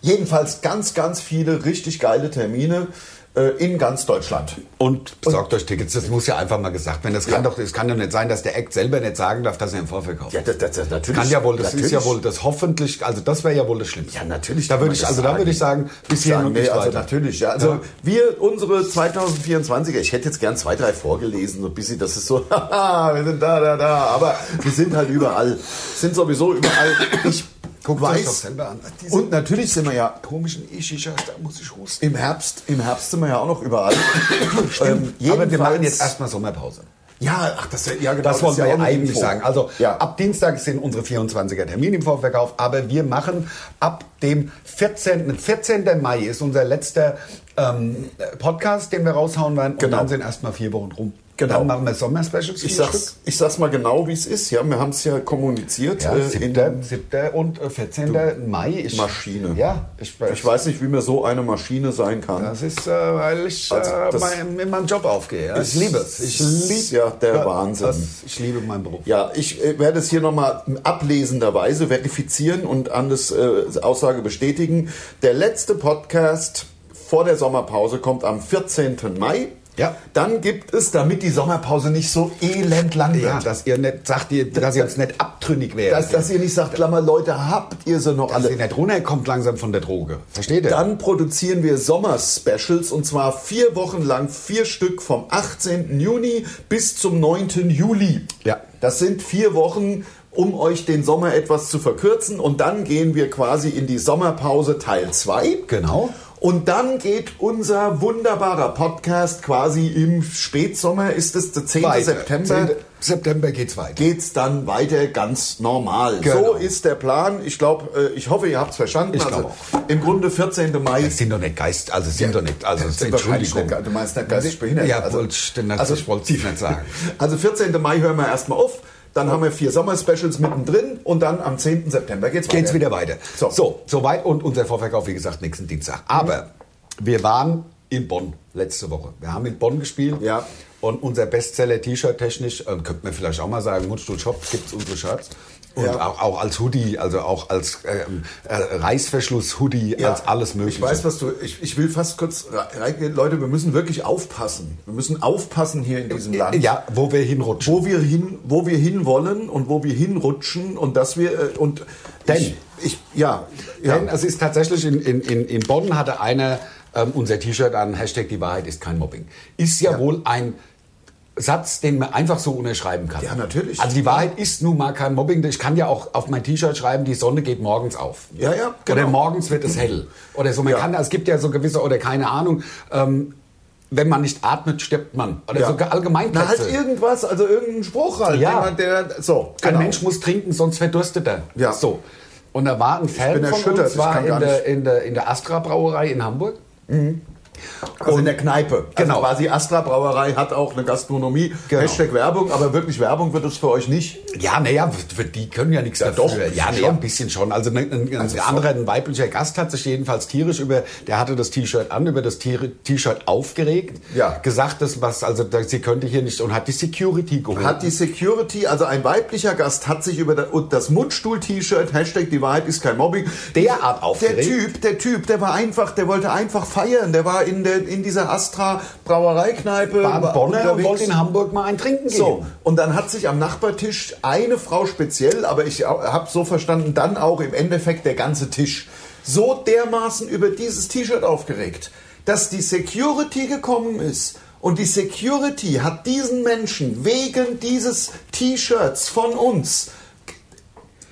Speaker 3: jedenfalls ganz, ganz viele richtig geile Termine äh, in ganz Deutschland.
Speaker 4: Und besorgt euch Tickets. Das muss ja einfach mal gesagt werden. Das kann doch, es kann doch nicht sein, dass der Act selber nicht sagen darf, dass er im Vorverkauf.
Speaker 3: Ja, das, das, das, natürlich.
Speaker 4: Kann ja wohl, das
Speaker 3: natürlich.
Speaker 4: ist ja wohl das hoffentlich, also das wäre ja wohl das Schlimmste.
Speaker 3: Ja, natürlich
Speaker 4: Da
Speaker 3: kann
Speaker 4: würde
Speaker 3: man
Speaker 4: ich,
Speaker 3: das
Speaker 4: also da
Speaker 3: sagen.
Speaker 4: würde ich sagen, bis hierhin
Speaker 3: Sagen,
Speaker 4: und
Speaker 3: nee,
Speaker 4: nicht
Speaker 3: also
Speaker 4: weiter.
Speaker 3: natürlich, ja. Also
Speaker 4: Ja.
Speaker 3: wir, unsere 2024er, ich hätte jetzt gern zwei, drei vorgelesen, so ein bisschen, das ist so, haha, wir sind da, da, da, aber wir sind halt überall, sind sowieso überall. Ich
Speaker 4: Guckt euch doch
Speaker 3: weiß,
Speaker 4: selber an. Diese
Speaker 3: und natürlich sind wir ja
Speaker 4: komischen Ischischer, da muss ich husten.
Speaker 3: im Herbst, im Herbst sind wir ja auch noch überall. ähm,
Speaker 4: Aber wir machen jetzt
Speaker 3: erst
Speaker 4: erstmal Sommerpause.
Speaker 3: ja, ach, das, ja, genau,
Speaker 4: Das
Speaker 3: ist
Speaker 4: wollen wir
Speaker 3: ja
Speaker 4: ja
Speaker 3: auch eine
Speaker 4: eigentlich
Speaker 3: Info.
Speaker 4: sagen. Also
Speaker 3: ja.
Speaker 4: ab Dienstag sind unsere 24er Termine im Vorverkauf, aber wir machen ab dem 14. 14. Mai ist unser letzter ähm, Podcast, den wir raushauen werden. Und
Speaker 3: Genau.
Speaker 4: dann sind erstmal vier Wochen rum.
Speaker 3: Genau.
Speaker 4: Dann machen wir Sommerspecials.
Speaker 3: ich
Speaker 4: vier
Speaker 3: sag's, ich sag's mal genau, wie es ist. Ja, wir haben es ja kommuniziert.
Speaker 4: Ja,
Speaker 3: äh, in-
Speaker 4: 7. 7. und äh, 14. Mai. Ich,
Speaker 3: Maschine.
Speaker 4: Ja, ich,
Speaker 3: ich weiß nicht, wie mir so eine Maschine sein kann.
Speaker 4: Das ist, äh, weil ich
Speaker 3: Also,
Speaker 4: äh,
Speaker 3: das-
Speaker 4: mein, mit meinem Job aufgehe. Ja. Ich
Speaker 3: Das
Speaker 4: liebe es. Ich
Speaker 3: ist
Speaker 4: liebe
Speaker 3: ja der Wahnsinn.
Speaker 4: Das, ich liebe meinen Beruf.
Speaker 3: Ja, ich äh, werde es hier nochmal ablesenderweise verifizieren und an das äh, Aussage bestätigen. Der letzte Podcast vor der Sommerpause kommt am 14. Mai.
Speaker 4: Ja.
Speaker 3: Dann gibt es, damit die Sommerpause nicht so elend lang wird,
Speaker 4: Ja, dass ihr nicht sagt, ihr, dass ihr uns nicht abtrünnig werdet.
Speaker 3: dass, dass ihr nicht sagt, Klammer, Leute, habt ihr sie noch
Speaker 4: dass
Speaker 3: alle?
Speaker 4: ihr nicht runterkommt langsam von der Droge. Versteht ihr?
Speaker 3: Dann produzieren wir Sommer-Specials und zwar vier Wochen lang, vier Stück vom 18. Juni bis zum 9. Juli.
Speaker 4: Ja.
Speaker 3: Das sind vier Wochen, um euch den Sommer etwas zu verkürzen und dann gehen wir quasi in die Sommerpause Teil 2.
Speaker 4: Genau.
Speaker 3: Und dann geht unser wunderbarer Podcast quasi im Spätsommer, ist es der 10.
Speaker 4: Weiter.
Speaker 3: September
Speaker 4: 10. September geht's weiter.
Speaker 3: geht's dann weiter ganz normal. So
Speaker 4: Genau.
Speaker 3: ist der Plan. Ich glaube, ich hoffe, ihr habt's verstanden.
Speaker 4: Ich glaub
Speaker 3: also im Grunde 14. Mai.
Speaker 4: Das sind doch nicht Geist, also sind doch nicht, also
Speaker 3: sind
Speaker 4: Entschuldigung.
Speaker 3: wahrscheinlich nicht- du meinst nicht geistig behindert.
Speaker 4: Ja,
Speaker 3: Also-
Speaker 4: wollt, denn, also
Speaker 3: also-
Speaker 4: ich wollte es nicht sagen.
Speaker 3: Also 14. Mai hören wir erstmal auf. Dann haben wir vier Sommer-Specials mittendrin und dann am 10. September geht's weiter.
Speaker 4: Geht's wieder weiter. So.
Speaker 3: So.
Speaker 4: so, soweit und unser Vorverkauf, wie gesagt, nächsten Dienstag. Aber wir waren in Bonn letzte Woche. Wir haben in Bonn gespielt.
Speaker 3: Ja.
Speaker 4: Und unser Bestseller T-Shirt technisch, ähm, könnte man vielleicht auch mal sagen, Mundstuhl Shop gibt's unsere Shirts. Und
Speaker 3: Ja.
Speaker 4: auch, auch als Hoodie, also auch als ähm, äh, Reißverschluss-Hoodie,
Speaker 3: Ja.
Speaker 4: als alles Mögliche.
Speaker 3: Ich weiß, was du. Ich, ich will fast kurz reingehen. Leute, wir müssen wirklich aufpassen. Wir müssen aufpassen hier in diesem Land.
Speaker 4: Ja, wo wir hinrutschen.
Speaker 3: wo wir hin, wo wir hinwollen und wo wir hinrutschen und dass wir äh, und
Speaker 4: Denn-
Speaker 3: ich, ich ja, ja
Speaker 4: Denn also es ist tatsächlich, in, in, in, in Bonn hatte einer ähm, unser T-Shirt an, Hashtag die Wahrheit ist kein Mobbing. Ist ja, wohl ein Satz, den man einfach so unterschreiben kann.
Speaker 3: Ja, natürlich.
Speaker 4: Also die Wahrheit ist nun mal kein Mobbing. Ich kann ja auch auf mein T-Shirt schreiben, die Sonne geht morgens auf.
Speaker 3: Ja, ja, genau.
Speaker 4: Oder morgens wird es hell. Oder so, man
Speaker 3: Ja.
Speaker 4: kann, es gibt ja so gewisse, oder keine Ahnung, ähm, wenn man nicht atmet, stirbt man. Oder
Speaker 3: ja.
Speaker 4: sogar allgemein
Speaker 3: Na halt irgendwas, also irgendein Spruch halt,
Speaker 4: Ja.
Speaker 3: den man- der so
Speaker 4: ein
Speaker 3: genau.
Speaker 4: Mensch muss trinken, sonst verdurstet er.
Speaker 3: Ja.
Speaker 4: So. Und da war ein Fan
Speaker 3: bin
Speaker 4: von
Speaker 3: erschüttert,
Speaker 4: uns,
Speaker 3: ich
Speaker 4: war
Speaker 3: kann
Speaker 4: in
Speaker 3: gar
Speaker 4: der,
Speaker 3: nicht.
Speaker 4: in, der, in der Astra Brauerei in Hamburg.
Speaker 3: Also in der Kneipe.
Speaker 4: Genau.
Speaker 3: Also quasi Astra Brauerei hat auch eine Gastronomie.
Speaker 4: Genau.
Speaker 3: Hashtag Werbung, aber wirklich Werbung wird es für euch nicht.
Speaker 4: Ja, naja, für die können ja nichts dafür.
Speaker 3: doch,
Speaker 4: ja,
Speaker 3: schon.
Speaker 4: nee, ein bisschen schon. Also, ne, ein, ein anderer, ein weiblicher Gast hat sich jedenfalls tierisch über, der hatte das T-Shirt an, über das Tier- T-Shirt aufgeregt.
Speaker 3: Ja.
Speaker 4: Gesagt, das was, also, dass sie könnte hier nicht, und hat die Security geholt.
Speaker 3: Hat die Security, also ein weiblicher Gast, hat sich über das, und das Mundstuhl-T-Shirt, Hashtag die Wahrheit ist kein Mobbing.
Speaker 4: derart
Speaker 3: Der
Speaker 4: aufgeregt.
Speaker 3: Typ, der Typ, der war einfach, der wollte einfach feiern. Der war in, der, in dieser Astra Brauereikneipe.
Speaker 4: war ein Bonner und
Speaker 3: unterwegs.
Speaker 4: wollte in Hamburg mal ein Trinken gehen.
Speaker 3: So, und dann hat sich am Nachbartisch eine Frau speziell, aber ich habe so verstanden, dann auch im Endeffekt der ganze Tisch, so dermaßen über dieses T-Shirt aufgeregt, dass die Security gekommen ist. Und die Security hat diesen Menschen wegen dieses T-Shirts von uns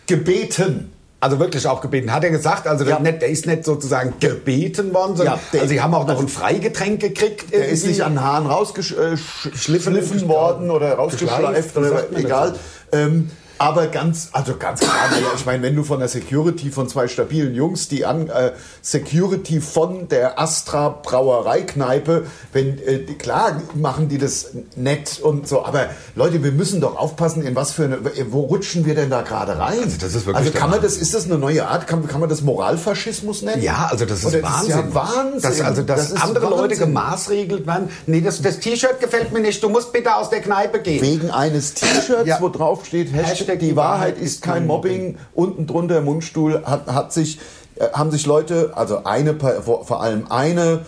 Speaker 3: gebeten.
Speaker 4: Also wirklich auch gebeten. Hat er gesagt, also der
Speaker 3: Ja.
Speaker 4: nicht, der ist nicht sozusagen gebeten worden, sondern
Speaker 3: Ja, der-
Speaker 4: also sie haben auch noch ein Freigetränk gekriegt.
Speaker 3: Der ist
Speaker 4: irgendwie.
Speaker 3: nicht an den Haaren rausgeschliffen
Speaker 4: Geschliffen,
Speaker 3: worden oder rausgeschleift
Speaker 4: geschleift, wie
Speaker 3: oder
Speaker 4: sagt man
Speaker 3: egal.
Speaker 4: dazu?
Speaker 3: Ähm, aber ganz, also ganz klar, weil ich meine, wenn du von der Security von zwei stabilen Jungs, die an äh, Security von der Astra Brauereikneipe, wenn äh, die- klar machen die das nett und so, aber Leute, wir müssen doch aufpassen, in was für eine, äh, wo rutschen wir denn da gerade rein? Also,
Speaker 4: das ist wirklich
Speaker 3: also
Speaker 4: der
Speaker 3: kann man
Speaker 4: Wahnsinn.
Speaker 3: das, ist das eine neue Art? Kann, kann man das Moralfaschismus nennen?
Speaker 4: Ja, also das ist
Speaker 3: Oder
Speaker 4: Wahnsinn.
Speaker 3: Das ist ja Wahnsinn.
Speaker 4: Dass, also, dass
Speaker 3: Das ist
Speaker 4: andere Leute
Speaker 3: Wahnsinn.
Speaker 4: gemaßregelt werden. Nee, das, das T-Shirt gefällt mir nicht. Du musst bitte aus der Kneipe gehen.
Speaker 3: Wegen eines T-Shirts,
Speaker 4: Ja.
Speaker 3: wo drauf steht, Hashtag,
Speaker 4: Hashtag
Speaker 3: die Wahrheit ist kein Mobbing, unten drunter Mundstuhl, hat, hat sich, äh, haben sich Leute, also eine, Pa- vor vor allem eine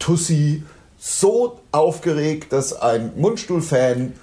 Speaker 3: Tussi, so aufgeregt, dass ein Mundstuhl-Fan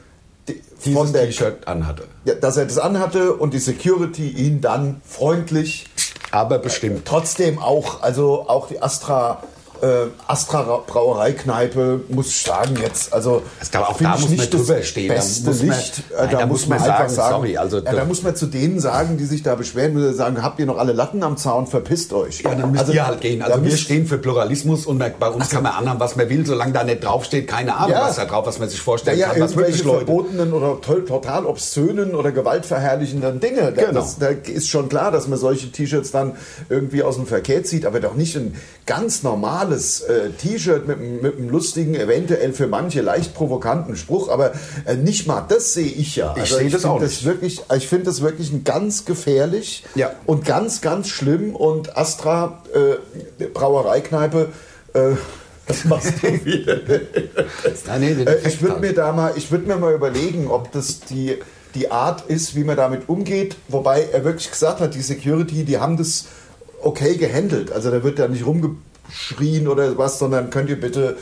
Speaker 3: die- von
Speaker 4: Dieses
Speaker 3: der,
Speaker 4: T-Shirt anhatte.
Speaker 3: ja, dass er das anhatte und die Security ihn dann freundlich äh,
Speaker 4: Aber bestimmt.
Speaker 3: Trotzdem auch, also auch die Astra, äh, Astra Brauereikneipe muss ich sagen jetzt, also
Speaker 4: Es gab- auch
Speaker 3: finde
Speaker 4: da
Speaker 3: ich
Speaker 4: muss man drüber
Speaker 3: das
Speaker 4: stehen, da
Speaker 3: Beste
Speaker 4: muss man-
Speaker 3: Licht, äh,
Speaker 4: Nein,
Speaker 3: da, muss man, einfach sagen,
Speaker 4: sorry, also
Speaker 3: ja, da
Speaker 4: da-
Speaker 3: muss man zu denen sagen, die sich da beschweren, würde sagen, habt ihr noch alle Latten am Zaun, verpisst euch.
Speaker 4: Ja, dann müsst ihr halt gehen.
Speaker 3: da
Speaker 4: Also wir
Speaker 3: müsst- Also
Speaker 4: stehen für Pluralismus und bei uns kann man anhaben, was man will, solange da nicht draufsteht, keine Ahnung,
Speaker 3: Ja.
Speaker 4: was da drauf, was man sich
Speaker 3: Ja,
Speaker 4: vorstellen
Speaker 3: ja,
Speaker 4: kann, was
Speaker 3: irgendwelche
Speaker 4: wirklich Leute.
Speaker 3: verbotenen oder to total obszönen oder gewaltverherrlichenden Dinge. Da,
Speaker 4: Genau.
Speaker 3: das, da ist schon klar, dass man solche T-Shirts dann irgendwie aus dem Verkehr zieht, aber doch nicht ein ganz normales äh, T-Shirt mit, einem- mit einem lustigen, eventuell für manche leicht provokanten Spruch, aber äh, nicht mal das sehe ich ja.
Speaker 4: Ich sehe das
Speaker 3: find
Speaker 4: auch
Speaker 3: Das
Speaker 4: nicht.
Speaker 3: wirklich, ich finde das wirklich ein ganz gefährlich
Speaker 4: Ja.
Speaker 3: und ganz, ganz schlimm und Astra äh, Brauereikneipe äh, das machst du wieder.
Speaker 4: Nein, nee, den
Speaker 3: Äh,
Speaker 4: Effekt
Speaker 3: ich würde
Speaker 4: halt.
Speaker 3: mir da mal, ich würde mir mal überlegen, ob das die die Art ist, wie man damit umgeht. Wobei er wirklich gesagt hat, die Security, die haben das okay gehandelt. Also da wird da nicht rumgeschrien oder was, sondern könnt ihr bitte,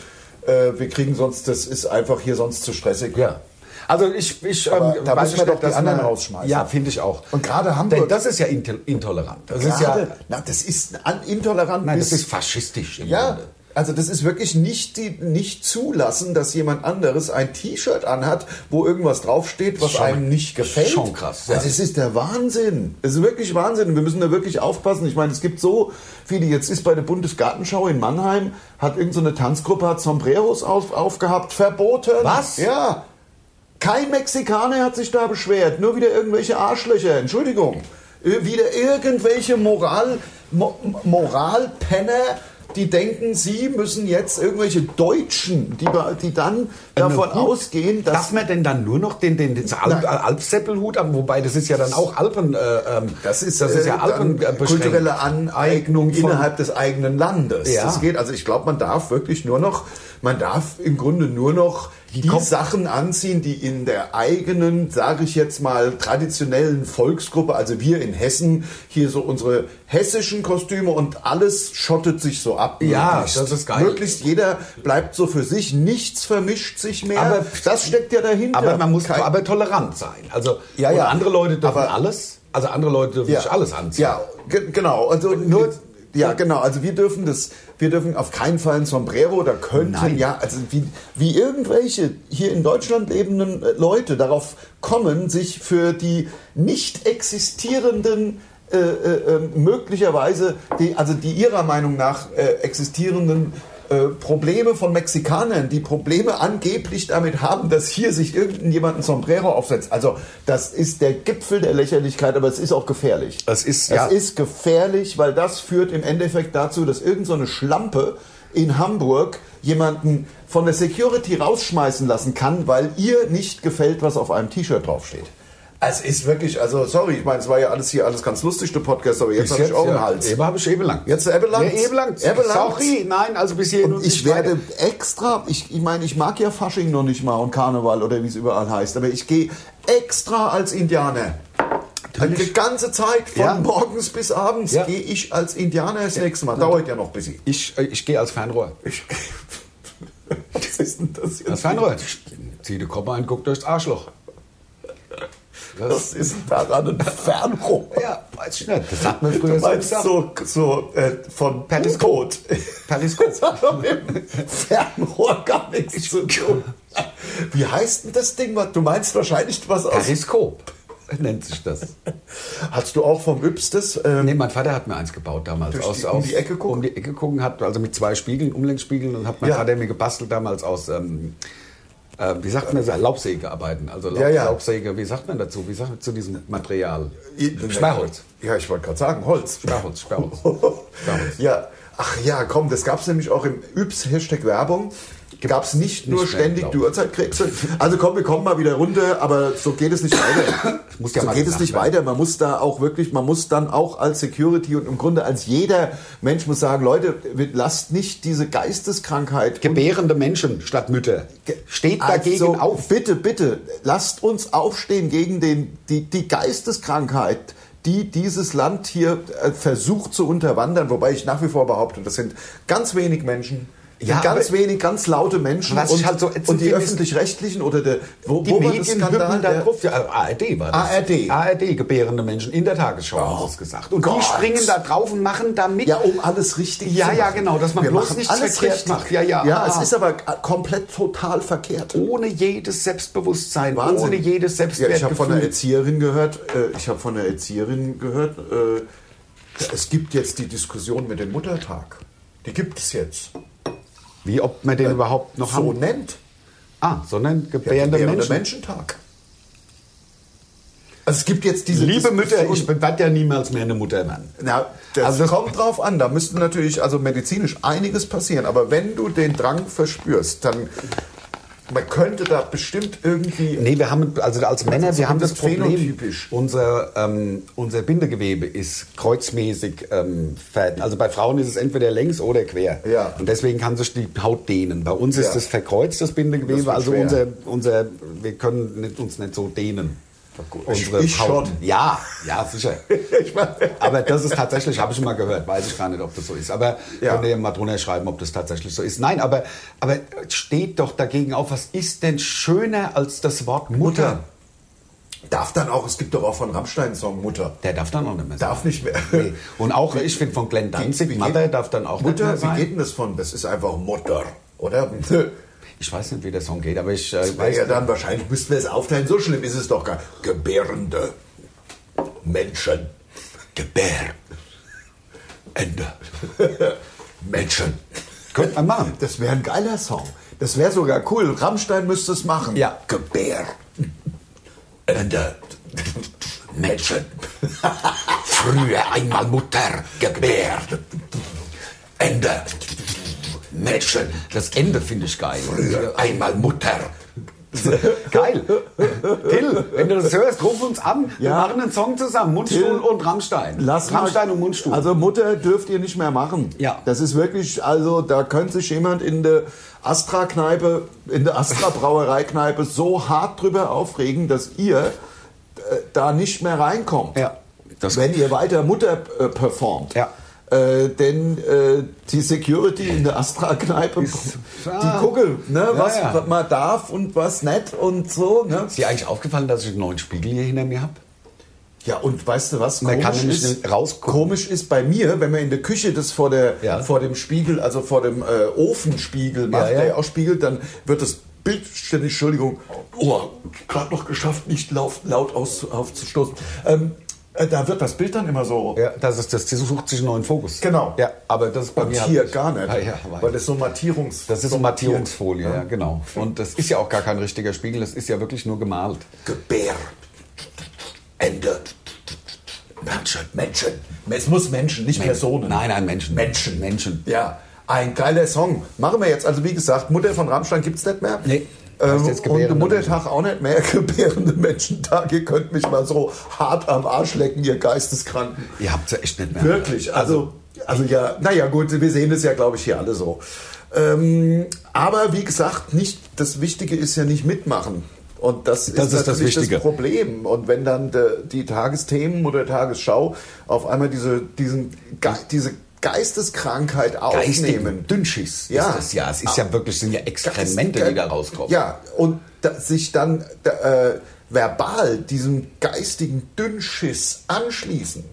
Speaker 3: äh, wir kriegen sonst, das ist einfach hier sonst zu stressig.
Speaker 4: Ja. Also ich, ich
Speaker 3: Aber da
Speaker 4: weiß
Speaker 3: müssen Ähm, wir
Speaker 4: nicht,
Speaker 3: doch
Speaker 4: ob
Speaker 3: die
Speaker 4: das
Speaker 3: anderen
Speaker 4: eine-
Speaker 3: rausschmeißen.
Speaker 4: Ja, finde ich auch.
Speaker 3: Und gerade Hamburg-
Speaker 4: Denn das ist ja intel- intolerant. Das ist ja,
Speaker 3: Gerade- na, das ist an- intolerant.
Speaker 4: nein,
Speaker 3: bis-
Speaker 4: das ist faschistisch im
Speaker 3: Ja,
Speaker 4: Grunde.
Speaker 3: also das ist wirklich nicht, die, nicht zulassen, dass jemand anderes ein T-Shirt anhat, wo irgendwas draufsteht, was
Speaker 4: Schon-
Speaker 3: einem nicht gefällt.
Speaker 4: schon krass, ja.
Speaker 3: Also es ist der Wahnsinn. Es ist wirklich Wahnsinn. Wir müssen da wirklich aufpassen. Ich meine, es gibt so viele. Jetzt ist bei der Bundesgartenschau in Mannheim, hat irgendeine so eine Tanzgruppe hat Sombreros auf, aufgehabt. Verboten.
Speaker 4: Was?
Speaker 3: Ja. Kein Mexikaner hat sich da beschwert, nur wieder irgendwelche Arschlöcher, Entschuldigung. Äh, Wieder irgendwelche Moral, Mo Moralpenner, die denken, sie müssen jetzt irgendwelche Deutschen, die, be- die dann davon
Speaker 4: Hut.
Speaker 3: ausgehen,
Speaker 4: Darf
Speaker 3: dass...
Speaker 4: man denn dann nur noch den, den, den Alp,
Speaker 3: Nein.
Speaker 4: Alpseppelhut haben? Wobei, das ist ja dann auch Alpen... Äh, ähm, das ist ja
Speaker 3: äh, dann
Speaker 4: Alpen äh, beschränkt.
Speaker 3: kulturelle Aneignung
Speaker 4: von-
Speaker 3: innerhalb des eigenen Landes.
Speaker 4: Ja.
Speaker 3: Das geht, also ich glaube, man darf wirklich nur noch, man darf im Grunde nur noch die,
Speaker 4: Kom-
Speaker 3: Sachen anziehen, die in der eigenen, sage ich jetzt mal, traditionellen Volksgruppe, also wir in Hessen, hier so unsere hessischen Kostüme und alles schottet sich so ab.
Speaker 4: Ja, das ist geil.
Speaker 3: Möglichst jeder bleibt so für sich, nichts vermischt sich mehr.
Speaker 4: Aber-
Speaker 3: das steckt ja dahinter.
Speaker 4: Aber man muss
Speaker 3: Kein-
Speaker 4: aber tolerant sein. Also
Speaker 3: Ja,
Speaker 4: und
Speaker 3: ja.
Speaker 4: andere Leute dürfen
Speaker 3: Aber-
Speaker 4: alles. Also andere Leute dürfen nicht alles anziehen.
Speaker 3: Ja, ge- genau. Also nur ja, genau. Also wir dürfen das, wir dürfen auf keinen Fall ein Sombrero oder könnten
Speaker 4: Nein.
Speaker 3: ja, also wie, wie irgendwelche hier in Deutschland lebenden äh, Leute darauf kommen, sich für die nicht existierenden äh, äh, äh, möglicherweise, die, also die ihrer Meinung nach äh, existierenden äh, Probleme von Mexikanern, die Probleme angeblich damit haben, dass hier sich irgendjemand ein Sombrero aufsetzt. Also das ist der Gipfel der Lächerlichkeit, aber es ist auch gefährlich.
Speaker 4: Es ist-
Speaker 3: es
Speaker 4: ja.
Speaker 3: ist gefährlich, weil das führt im Endeffekt dazu, dass irgendeine so eine Schlampe in Hamburg jemanden von der Security rausschmeißen lassen kann, weil ihr nicht gefällt, was auf einem T-Shirt draufsteht. Es ist wirklich, also sorry, ich meine, es war ja alles hier alles ganz lustig, der Podcast, aber jetzt habe ich auch einen Hals.
Speaker 4: Eben habe ich eben lang.
Speaker 3: Jetzt eben lang.
Speaker 4: Ja, eben lang.
Speaker 3: Eben lang.
Speaker 4: Sorry, nein, also bis hierhin
Speaker 3: Und
Speaker 4: nicht
Speaker 3: ich werde
Speaker 4: weiter.
Speaker 3: extra, ich, ich meine, ich mag ja Fasching noch nicht mal und Karneval oder wie es überall heißt, aber ich gehe extra als Indianer. Die ganze Zeit, von
Speaker 4: Ja.
Speaker 3: morgens bis abends,
Speaker 4: Ja.
Speaker 3: gehe ich als Indianer das nächste Mal. Dauert ja noch ein bisschen.
Speaker 4: Ich, äh, ich gehe als Fernrohr.
Speaker 3: Ich, was ist denn das
Speaker 4: Als
Speaker 3: jetzt?
Speaker 4: Fernrohr. Zieh den Kopf ein, guck durchs Arschloch.
Speaker 3: Was ist denn daran ein Fernrohr?
Speaker 4: Ja, weiß ich nicht. Das hat man
Speaker 3: Du
Speaker 4: früher so
Speaker 3: meinst
Speaker 4: gesagt.
Speaker 3: so, so äh, von
Speaker 4: Periskop.
Speaker 3: U-Boot.
Speaker 4: Periskop.
Speaker 3: Das hat doch mit dem Fernrohr gar nichts zu tun. Wie heißt denn das Ding? was- Du meinst wahrscheinlich was aus...
Speaker 4: Periskop nennt sich das.
Speaker 3: Hast du auch vom Übstes... Ähm,
Speaker 4: Nee, mein Vater hat mir eins gebaut damals.
Speaker 3: Durch die- um die Ecke gucken?
Speaker 4: Um die Ecke gucken, hat, also mit zwei Spiegeln, Umlenkspiegeln. Und hat mein
Speaker 3: Ja.
Speaker 4: Vater mir gebastelt damals aus, ähm, äh, wie sagt man das, Laubsägearbeiten. Also Laub,
Speaker 3: Ja, ja.
Speaker 4: Laubsäge, wie sagt man dazu? Wie sagt man zu diesem Material?
Speaker 3: I-
Speaker 4: Sperrholz.
Speaker 3: Ja, ich wollte gerade sagen, Holz.
Speaker 4: Sperrholz, Sperrholz. Sperrholz.
Speaker 3: ja, ach ja, komm, das gab es nämlich auch im Yps Hashtag Werbung. Gab es nicht nur
Speaker 4: mehr,
Speaker 3: ständig
Speaker 4: glaub ich.
Speaker 3: Durzeitkrebse. Also komm, wir kommen mal wieder runter, aber so geht es nicht weiter.
Speaker 4: muss ja
Speaker 3: so
Speaker 4: mal
Speaker 3: geht es
Speaker 4: gesagt
Speaker 3: nicht
Speaker 4: werden.
Speaker 3: weiter. Man muss da auch wirklich, man muss dann auch als Security und im Grunde als jeder Mensch muss sagen, Leute, lasst nicht diese Geisteskrankheit
Speaker 4: Gebärende Menschen statt Mütter. Steht dagegen
Speaker 3: also,
Speaker 4: auf.
Speaker 3: Bitte, bitte, lasst uns aufstehen gegen den, die, die Geisteskrankheit, die dieses Land hier äh, versucht zu unterwandern. Wobei ich nach wie vor behaupte, das sind ganz wenig Menschen.
Speaker 4: Ja,
Speaker 3: Ja, ganz
Speaker 4: aber-
Speaker 3: wenig, ganz laute Menschen
Speaker 4: Was ich
Speaker 3: und,
Speaker 4: halt so ätzend
Speaker 3: und die
Speaker 4: finde, ist-
Speaker 3: öffentlich-rechtlichen oder der wo,
Speaker 4: Die
Speaker 3: wo war das
Speaker 4: Medien
Speaker 3: Skandal?
Speaker 4: hüppen da
Speaker 3: Der-
Speaker 4: drauf. Ja, ARD war das.
Speaker 3: ARD.
Speaker 4: ARD, gebärende Menschen in der Tagesschau, haben sie es gesagt. Und
Speaker 3: Oh Gott.
Speaker 4: die springen da drauf und machen damit.
Speaker 3: Ja, um alles richtig
Speaker 4: Ja,
Speaker 3: zu machen.
Speaker 4: ja, genau, dass man
Speaker 3: Wir
Speaker 4: bloß
Speaker 3: machen
Speaker 4: nichts
Speaker 3: alles
Speaker 4: verkehrt
Speaker 3: richtig.
Speaker 4: macht. Ja, ja.
Speaker 3: ja
Speaker 4: Ah.
Speaker 3: es ist aber äh, komplett total verkehrt.
Speaker 4: ohne jedes Selbstbewusstsein, ohne jedes
Speaker 3: Ja, ich habe von einer
Speaker 4: Selbstwertgefühl.
Speaker 3: Erzieherin gehört, äh, ich habe von einer Erzieherin gehört, äh, es gibt jetzt die Diskussion mit dem Muttertag. Die gibt es jetzt.
Speaker 4: Wie ob man den überhaupt noch
Speaker 3: so
Speaker 4: haben?
Speaker 3: nennt.
Speaker 4: Ah, sondern
Speaker 3: Ja, der
Speaker 4: gebärende Menschen.
Speaker 3: Menschentag. Also es gibt jetzt diese
Speaker 4: Liebe Mütter, ich
Speaker 3: Diskussion.
Speaker 4: werde ja niemals mehr eine Mutter werden.
Speaker 3: Na, das
Speaker 4: Also das-
Speaker 3: kommt drauf an. Da müsste natürlich also medizinisch einiges passieren. Aber wenn du den Drang verspürst, dann man könnte da bestimmt irgendwie
Speaker 4: Nee, wir haben, also als Männer, wir haben das
Speaker 3: zumindest
Speaker 4: Problem,
Speaker 3: phänotypisch.
Speaker 4: unser, ähm, unser Bindegewebe ist kreuzmäßig ähm, ver- Also bei Frauen ist es entweder längs oder quer.
Speaker 3: Ja.
Speaker 4: Und deswegen kann sich die Haut dehnen. Bei uns ist
Speaker 3: Ja.
Speaker 4: das verkreuzt, das Bindegewebe.
Speaker 3: Das wird
Speaker 4: also
Speaker 3: schwer.
Speaker 4: unser, unser, wir können nicht, uns nicht so dehnen.
Speaker 3: Ich-
Speaker 4: Unsere
Speaker 3: ich
Speaker 4: Haut.
Speaker 3: schon.
Speaker 4: Ja, ja, sicher.
Speaker 3: Ich meine-
Speaker 4: Aber das ist tatsächlich, habe ich schon mal gehört, weiß ich gar nicht, ob das so ist. Aber
Speaker 3: Ja.
Speaker 4: könnt ihr mal drunter schreiben, ob das tatsächlich so ist. Nein, aber, aber steht doch dagegen auf, was ist denn schöner als das Wort Mutter?
Speaker 3: Mutter. Darf dann auch, es gibt doch auch von Rammstein einen Song Mutter.
Speaker 4: Der darf dann auch nicht mehr sein.
Speaker 3: Darf nicht mehr.
Speaker 4: Nee. Und auch, ich finde, von Glenn Danzig, Mother darf dann auch
Speaker 3: Mutter,
Speaker 4: nicht mehr
Speaker 3: wie
Speaker 4: sein.
Speaker 3: geht denn das von? Das ist einfach Mutter, oder?
Speaker 4: Ich weiß nicht, wie der Song geht, aber ich äh,
Speaker 3: Weil
Speaker 4: weiß
Speaker 3: ja dann wahrscheinlich müssten wir es aufteilen. So schlimm ist es doch gar. Gebärende Menschen. Gebär. Ende. Menschen.
Speaker 4: Könnte man machen.
Speaker 3: Das wäre ein geiler Song. Das wäre sogar cool. Rammstein müsste es machen.
Speaker 4: Ja. Äh,
Speaker 3: Gebär. Ende. Menschen.
Speaker 4: Früher einmal Mutter gebärt. Ende. Menschen. Das Ende finde ich geil. Früher einmal Mutter. Geil. Till, wenn du das hörst, ruf uns an. Wir
Speaker 3: Ja.
Speaker 4: machen einen Song zusammen. Mundstuhl
Speaker 3: Till,
Speaker 4: und Rammstein.
Speaker 3: Lass mal-
Speaker 4: Rammstein und Mundstuhl.
Speaker 3: Also Mutter dürft ihr nicht mehr machen.
Speaker 4: Ja.
Speaker 3: Das ist wirklich, also da könnte sich jemand in der Astra-Kneipe, in der Astra-Brauerei-Kneipe so hart drüber aufregen, dass ihr äh, da nicht mehr reinkommt.
Speaker 4: Ja. Das-
Speaker 3: Wenn ihr weiter Mutter äh, performt.
Speaker 4: Ja.
Speaker 3: Äh, denn äh, die Security in der Astra-Kneipe, die
Speaker 4: ah.
Speaker 3: gucke, ne,
Speaker 4: Ja,
Speaker 3: was
Speaker 4: ja.
Speaker 3: man darf und was nicht und so. Ne?
Speaker 4: ist dir eigentlich aufgefallen, dass ich einen neuen Spiegel hier hinter mir habe?
Speaker 3: Ja, und weißt du was?
Speaker 4: Man kann nämlich
Speaker 3: ist,
Speaker 4: nicht rausgucken.
Speaker 3: komisch ist bei mir, wenn man in der Küche das vor, der,
Speaker 4: Ja.
Speaker 3: vor dem Spiegel, also vor dem äh, Ofenspiegel macht,
Speaker 4: Ja, ja.
Speaker 3: der ja auch spiegelt, dann wird das Bild ständig, Entschuldigung, oh, gerade noch geschafft, nicht laut, laut aus, aufzustoßen. Ähm, äh, da wird das Bild dann immer so.
Speaker 4: Ja, das ist das. Die sucht sich einen neuen Fokus.
Speaker 3: Genau.
Speaker 4: Ja, aber das ist bei
Speaker 3: Und
Speaker 4: mir
Speaker 3: hier
Speaker 4: halt-
Speaker 3: gar nicht.
Speaker 4: Ah, ja,
Speaker 3: weil das so Mattierungs.
Speaker 4: Das ist so
Speaker 3: Mattierungs.
Speaker 4: Mattierungsfolie, ja, genau. Und das ist ja auch gar kein richtiger Spiegel, das ist ja wirklich nur gemalt.
Speaker 3: Gebär. Ende. Menschen, Menschen. Es muss Menschen, nicht Personen.
Speaker 4: Nein, nein, Menschen.
Speaker 3: Menschen.
Speaker 4: Menschen.
Speaker 3: Ja. Ein geiler Song. Machen wir jetzt. Also wie gesagt, Mutter von Rammstein gibt's nicht mehr.
Speaker 4: Nee.
Speaker 3: Ähm,
Speaker 4: Heißt jetzt gebärende
Speaker 3: und Muttertag auch nicht mehr. Gebärende Menschentag. Ihr könnt mich mal so hart am Arsch lecken, ihr Geisteskranken.
Speaker 4: Ihr habt ja echt nicht mehr.
Speaker 3: Wirklich, also, also ja, naja gut, wir sehen das ja, glaube ich, hier alle so. Ähm, aber wie gesagt, nicht, das Wichtige ist ja nicht mitmachen. Und das,
Speaker 4: Das ist das
Speaker 3: natürlich
Speaker 4: Wichtige.
Speaker 3: das Problem. Und wenn dann de, die Tagesthemen oder Tagesschau auf einmal diese, diesen, Ge diese Geisteskrankheit aufnehmen.
Speaker 4: Geistigen Dünnschiss
Speaker 3: Ja.
Speaker 4: ist das ja. Es ist ja wirklich, sind ja Exkremente,
Speaker 3: Geistige-
Speaker 4: die da rauskommen.
Speaker 3: Ja, und da, sich dann da, äh, verbal diesem geistigen Dünnschiss anschließen,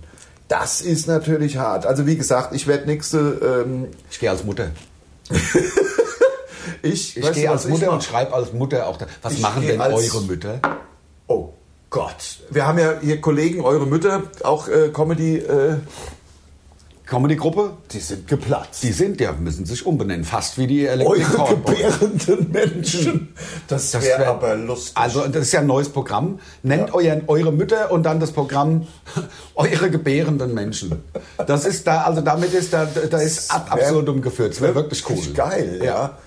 Speaker 3: das ist natürlich hart. Also wie gesagt, ich werde nächste, ähm,
Speaker 4: Ich gehe als Mutter.
Speaker 3: ich,
Speaker 4: Ich
Speaker 3: weißt
Speaker 4: gehe
Speaker 3: du,
Speaker 4: als
Speaker 3: was ich
Speaker 4: Mutter
Speaker 3: mach?
Speaker 4: und schreibe als Mutter auch da. Was
Speaker 3: Ich
Speaker 4: machen
Speaker 3: gehe
Speaker 4: denn
Speaker 3: als-
Speaker 4: eure Mütter?
Speaker 3: Oh Gott, wir haben ja hier Kollegen, eure Mütter, auch äh, Comedy, äh,
Speaker 4: Comedy-Gruppe?
Speaker 3: die sind geplatzt.
Speaker 4: Die sind ja, müssen sich umbenennen. Fast wie die
Speaker 3: eure
Speaker 4: Elektronik.
Speaker 3: gebärenden Menschen. Das,
Speaker 4: Hm. Das
Speaker 3: wäre
Speaker 4: wär-
Speaker 3: aber lustig.
Speaker 4: Also das ist ja ein neues Programm. Nennt euren, eure Mütter und dann das Programm eure gebärenden Menschen. Das ist da, also damit ist da, da ist ab
Speaker 3: wär-
Speaker 4: absurdum geführt. Das wäre wirklich cool.
Speaker 3: Äh, Richtig geil, ja.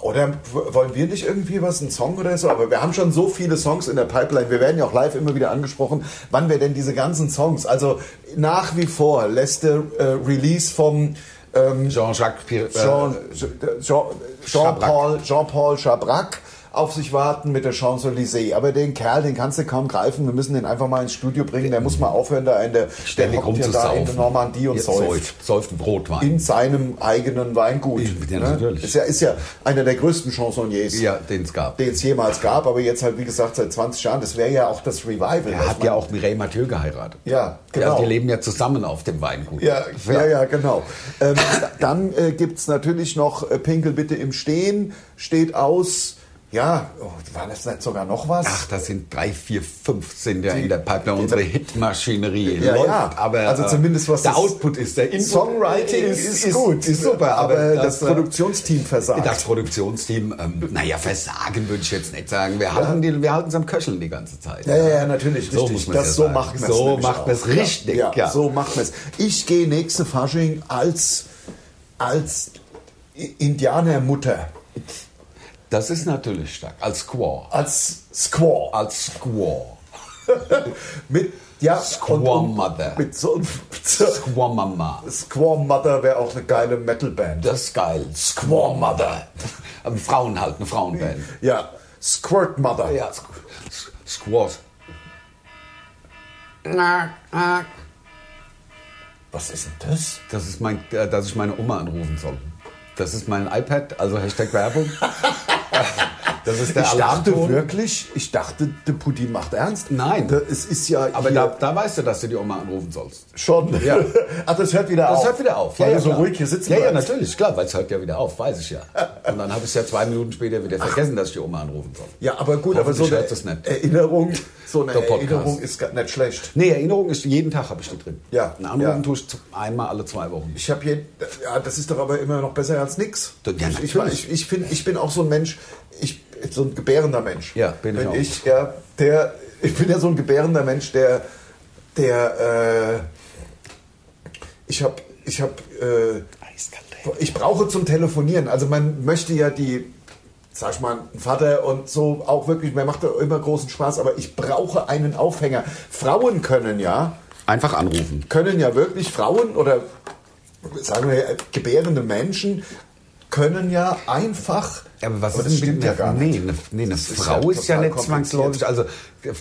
Speaker 3: Oder w- wollen wir nicht irgendwie was, einen Song oder so? Aber wir haben schon so viele Songs in der Pipeline. Wir werden ja auch live immer wieder angesprochen, wann wir denn diese ganzen Songs. Also nach wie vor lässt der äh, Release vom ähm,
Speaker 4: Jean-Jacques äh, Pierre.
Speaker 3: Jean, Jean, Jean-Paul
Speaker 4: Chabrac.
Speaker 3: Jean Chabrac auf sich warten mit der Champs-Élysées. Aber den Kerl, den kannst du kaum greifen. Wir müssen den einfach mal ins Studio bringen. Der muss mal aufhören, da in der, der
Speaker 4: ständig
Speaker 3: hockt ja da in der
Speaker 4: rumzusaufen.
Speaker 3: Normandie und
Speaker 4: Ja,
Speaker 3: säuft
Speaker 4: säuft. Säuft Brotwein.
Speaker 3: in seinem eigenen Weingut. ne?
Speaker 4: Ja, natürlich.
Speaker 3: Ist ja, ist ja einer der größten Chansonniers,
Speaker 4: Ja, den es gab.
Speaker 3: den es jemals gab, aber jetzt halt, wie gesagt, seit 20 Jahren. Das wäre ja auch das Revival.
Speaker 4: Er hat
Speaker 3: was
Speaker 4: ja
Speaker 3: man-
Speaker 4: auch Mireille Mathieu geheiratet.
Speaker 3: Ja, genau.
Speaker 4: Ja, also die leben ja zusammen auf dem Weingut.
Speaker 3: Ja, ja, ja, genau. Ähm, da- dann äh, gibt es natürlich noch äh, Pinkel bitte im Stehen, steht aus. Ja, oh, war das nicht sogar noch was?
Speaker 4: Ach, das sind drei, vier, fünf sind ja
Speaker 3: Die-
Speaker 4: in der Pipeline.
Speaker 3: die-
Speaker 4: Unsere Hitmaschinerie
Speaker 3: Ja,
Speaker 4: läuft,
Speaker 3: ja.
Speaker 4: aber äh,
Speaker 3: Also zumindest was
Speaker 4: der
Speaker 3: das-
Speaker 4: Output ist, der Input
Speaker 3: Songwriting ist, gut,
Speaker 4: ist super, aber,
Speaker 3: das,
Speaker 4: äh,
Speaker 3: Produktionsteam versagt.
Speaker 4: das Produktionsteam, ähm, naja, Versagen würde ich jetzt nicht sagen. Wir halten die, wir halten es am Köcheln die ganze Zeit.
Speaker 3: Ja, ja, ja, natürlich,
Speaker 4: So
Speaker 3: richtig.
Speaker 4: muss man
Speaker 3: das,
Speaker 4: ja
Speaker 3: so
Speaker 4: sagen.
Speaker 3: macht man es.
Speaker 4: So
Speaker 3: nämlich
Speaker 4: macht
Speaker 3: auch.
Speaker 4: man's richtig,
Speaker 3: Ja, ja.
Speaker 4: ja.
Speaker 3: so macht man es. Ich gehe nächste Fasching als, als I- Indianermutter,
Speaker 4: Das ist natürlich stark. Als Squaw.
Speaker 3: als Squaw.
Speaker 4: Als Squaw.
Speaker 3: Mit, ja, um
Speaker 4: Squaw Mother.
Speaker 3: Mit so,
Speaker 4: Squaw Mama.
Speaker 3: Squaw Mother wäre auch eine geile Metalband.
Speaker 4: Das ist geil. Squaw Mother. Ähm, Frauen halt, eine Frauenband.
Speaker 3: Ja, Squirt Mother.
Speaker 4: Ja, Squ- Squ- Squaws.
Speaker 5: Na, na,
Speaker 3: Was ist denn das?
Speaker 4: Das ist mein, äh, dass ich meine Oma anrufen soll. Das ist mein iPad, also Hashtag Werbung. Das ist der
Speaker 3: ich dachte
Speaker 4: Alarmton.
Speaker 3: wirklich, ich dachte, der Putin macht ernst.
Speaker 4: Nein.
Speaker 3: Da- Es ist ja
Speaker 4: Aber
Speaker 3: hier
Speaker 4: da, da weißt du, dass du die Oma anrufen sollst.
Speaker 3: schon.
Speaker 4: Ja.
Speaker 3: Ach, das hört wieder auf.
Speaker 4: Das hört wieder auf.
Speaker 3: Weil du so
Speaker 4: klar.
Speaker 3: ruhig hier sitzen
Speaker 4: Ja, ja,
Speaker 3: bleibst.
Speaker 4: natürlich, klar, weil es hört ja wieder auf, weiß ich ja. Und dann habe ich es ja zwei Minuten später wieder vergessen, dass ich die Oma anrufen soll.
Speaker 3: Ja, aber gut, aber so
Speaker 4: Hoffentlich
Speaker 3: eine
Speaker 4: hört das nicht.
Speaker 3: Erinnerung, so eine
Speaker 4: Der Podcast.
Speaker 3: Erinnerung ist gar nicht schlecht.
Speaker 4: Nee, Erinnerung ist, jeden Tag habe ich die drin.
Speaker 3: Ja,
Speaker 4: Einen Anrufen
Speaker 3: ja.
Speaker 4: tue ich zu- einmal alle zwei Wochen.
Speaker 3: Ich habe hier, ja, das ist doch aber immer noch besser als nix.
Speaker 4: Ja,
Speaker 3: ich, ich,
Speaker 4: natürlich.
Speaker 3: ich, ich, find, ich bin auch so ein Mensch, ich so ein gebärender Mensch.
Speaker 4: Ja, bin ich auch.
Speaker 3: ich ja, der, ich bin ja so ein gebärender Mensch, der, der, äh, ich habe, ich habe, äh, ich brauche zum Telefonieren. Also man möchte ja die, sag ich mal, einen Vater und so auch wirklich, mir macht da immer großen Spaß, aber ich brauche einen Aufhänger. Frauen können ja,
Speaker 4: Einfach anrufen.
Speaker 3: können ja wirklich Frauen oder sagen wir äh, gebärende Menschen können ja einfach.
Speaker 4: Aber was
Speaker 3: Aber
Speaker 4: ist
Speaker 3: das stimmt ja gar nicht.
Speaker 4: Nee, eine, nee, eine
Speaker 3: Das ist
Speaker 4: Frau
Speaker 3: ja
Speaker 4: ist ja
Speaker 3: total
Speaker 4: nicht zwangsläufig. Also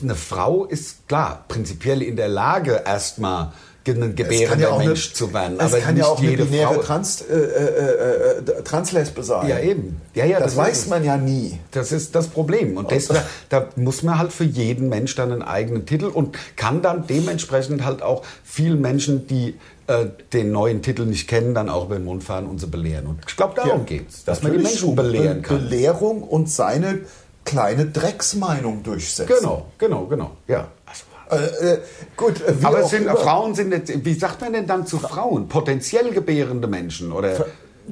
Speaker 4: eine Frau ist klar prinzipiell in der Lage, erstmal ein gebärender Mensch zu werden.
Speaker 3: Es
Speaker 4: aber
Speaker 3: kann
Speaker 4: nicht
Speaker 3: ja auch eine
Speaker 4: jede Frau.
Speaker 3: binäre Trans, äh, äh, äh, äh, Translesbe sein.
Speaker 4: ja eben. Ja, ja,
Speaker 3: das,
Speaker 4: ist-
Speaker 3: weiß man ja nie.
Speaker 4: Das ist das Problem. Und deswegen, da muss man halt für jeden Mensch dann einen eigenen Titel und kann dann dementsprechend halt auch vielen Menschen, die äh, den neuen Titel nicht kennen, dann auch über den Mund fahren und sie belehren. Und ich glaube, darum geht's. Dass man die
Speaker 3: Natürlich
Speaker 4: Menschen belehren
Speaker 3: Be-
Speaker 4: kann.
Speaker 3: Belehrung und seine kleine Drecksmeinung durchsetzen.
Speaker 4: Genau, genau, genau. Ja.
Speaker 3: Äh, äh, gut, äh, wie
Speaker 4: Aber
Speaker 3: auch
Speaker 4: es sind,
Speaker 3: immer.
Speaker 4: Frauen sind, jetzt- wie sagt man denn dann zu Frauen? Potenziell gebärende Menschen oder,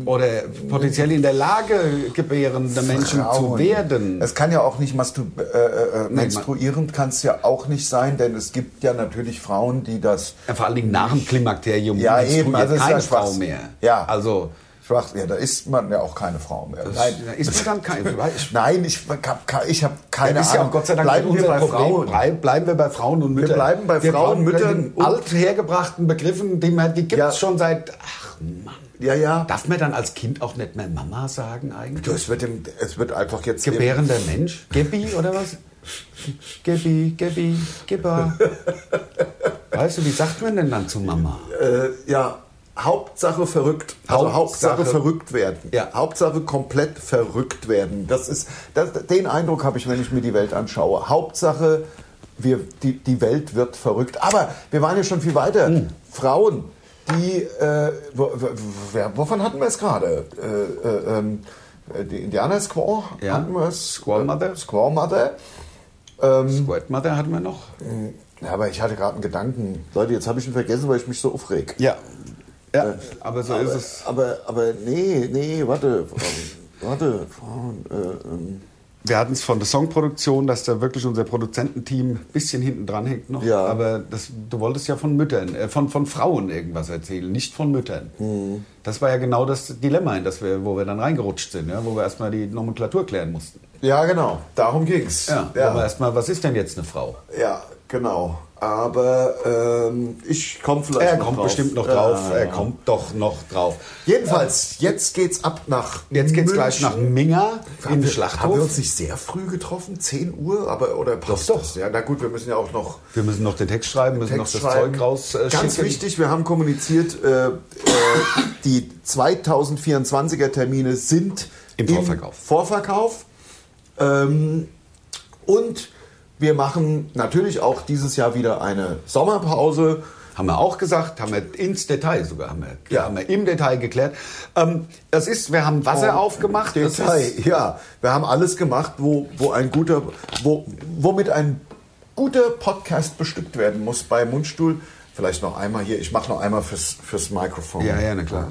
Speaker 4: oder potenziell in der Lage gebärende Menschen
Speaker 3: Frauen.
Speaker 4: zu werden.
Speaker 3: Es kann ja auch nicht mastur äh, äh, menstruierend kann es ja auch nicht sein, denn es gibt ja natürlich Frauen, die das
Speaker 4: Ja, Vor allen Dingen nach dem Klimakterium
Speaker 3: Ja,
Speaker 4: menstruiert
Speaker 3: eben, also ist
Speaker 4: keine
Speaker 3: ja
Speaker 4: Frau
Speaker 3: Schwachsinn.
Speaker 4: mehr.
Speaker 3: Ja.
Speaker 4: Also
Speaker 3: Schwach, ja, da ist man ja auch keine Frau mehr. Nein,
Speaker 4: Da ist man dann kein. Ich,
Speaker 3: Nein ich habe ich hab keine
Speaker 4: Ja, ist
Speaker 3: Ahnung.
Speaker 4: ja auch Gott sei Dank
Speaker 3: bleiben
Speaker 4: nicht
Speaker 3: wir
Speaker 4: unser
Speaker 3: bei
Speaker 4: Problem.
Speaker 3: Frauen.
Speaker 4: Blei- bleiben wir bei Frauen und Müttern.
Speaker 3: bleiben bei Frauen,
Speaker 4: brauchen
Speaker 3: Müttern
Speaker 4: den
Speaker 3: und-
Speaker 4: alt hergebrachten Begriffen, die, man- die gibt es
Speaker 3: Ja.
Speaker 4: schon seit. Ach Mann.
Speaker 3: Ja, ja.
Speaker 4: Darf man dann als Kind auch nicht mehr Mama sagen eigentlich?
Speaker 3: Du, es, wird dem, es wird einfach jetzt.
Speaker 4: Gebärender Mensch? Gebi oder was? Gebi, Gebi, Gibber. weißt du, wie sagt man denn dann zu Mama?
Speaker 3: Äh, ja, Hauptsache verrückt. Also Hauptsache,
Speaker 4: Hauptsache-
Speaker 3: verrückt werden.
Speaker 4: Ja.
Speaker 3: Hauptsache komplett verrückt werden. Das ist, das, den Eindruck habe ich, wenn ich mir die Welt anschaue. Hauptsache, wir, die, die Welt wird verrückt. Aber wir waren ja schon viel weiter.
Speaker 4: Oh.
Speaker 3: Frauen, die, äh, wo, wo, wer- wovon hatten wir es gerade? Äh, äh, ähm, die Indianer Squaw
Speaker 4: Ja.
Speaker 3: hatten wir es. Äh,
Speaker 4: Squaw Mother.
Speaker 3: Squaw Mother. Ähm,
Speaker 4: Squirt Mother hatten wir noch.
Speaker 3: ja, aber ich hatte gerade einen Gedanken. Leute, jetzt habe ich ihn vergessen, weil ich mich so aufreg.
Speaker 4: Ja. Ja, aber so ist es.
Speaker 3: Aber, aber nee, nee, warte, Frauen, warte, Frauen, äh, ähm,
Speaker 4: Wir hatten es von der Songproduktion, dass da wirklich unser Produzententeam ein bisschen hinten dran hängt noch.
Speaker 3: Ja.
Speaker 4: Aber das, du wolltest ja von Müttern, äh, von, von Frauen irgendwas erzählen, nicht von Müttern. Das war ja genau das Dilemma, in das wir, wo wir dann reingerutscht sind, ja, wo wir erstmal die Nomenklatur klären mussten.
Speaker 3: ja genau, darum ging's.
Speaker 4: Ja, ja. Aber erstmal, was ist denn jetzt eine Frau?
Speaker 3: ja genau. Aber ähm, ich komme vielleicht
Speaker 4: Er
Speaker 3: noch
Speaker 4: kommt
Speaker 3: drauf.
Speaker 4: bestimmt noch
Speaker 3: Ja,
Speaker 4: drauf.
Speaker 3: ja,
Speaker 4: Er
Speaker 3: ja.
Speaker 4: kommt doch noch drauf.
Speaker 3: Jedenfalls, jetzt geht's ab nach.
Speaker 4: Jetzt geht's
Speaker 3: München.
Speaker 4: gleich nach Minga in
Speaker 3: Haben wir, haben wir
Speaker 4: den
Speaker 3: uns
Speaker 4: Schlachthof.
Speaker 3: nicht sehr früh getroffen? 10 Uhr? Aber, oder passt
Speaker 4: Doch, doch.
Speaker 3: das? Ja, na gut, wir müssen ja auch noch
Speaker 4: Wir müssen noch den Text schreiben, müssen
Speaker 3: Text
Speaker 4: noch das
Speaker 3: schreiben.
Speaker 4: Zeug rausschicken.
Speaker 3: Ganz wichtig, wir haben kommuniziert, äh, äh, die 2024er Termine sind
Speaker 4: Im Vorverkauf.
Speaker 3: Vorverkauf. Ähm, und wir machen natürlich auch dieses Jahr wieder eine Sommerpause.
Speaker 4: Haben wir auch gesagt, haben wir ins Detail sogar, haben wir,
Speaker 3: Ja.
Speaker 4: haben wir im Detail geklärt. Ähm, das ist, wir haben Wasser aufgemacht. das
Speaker 3: Detail,
Speaker 4: Ist,
Speaker 3: ja. Wir haben alles gemacht, wo, wo ein guter, wo, womit ein guter Podcast bestückt werden muss bei Mundstuhl. Vielleicht noch einmal hier, ich mache noch einmal fürs, fürs Mikrofon.
Speaker 4: ja, ja, na klar.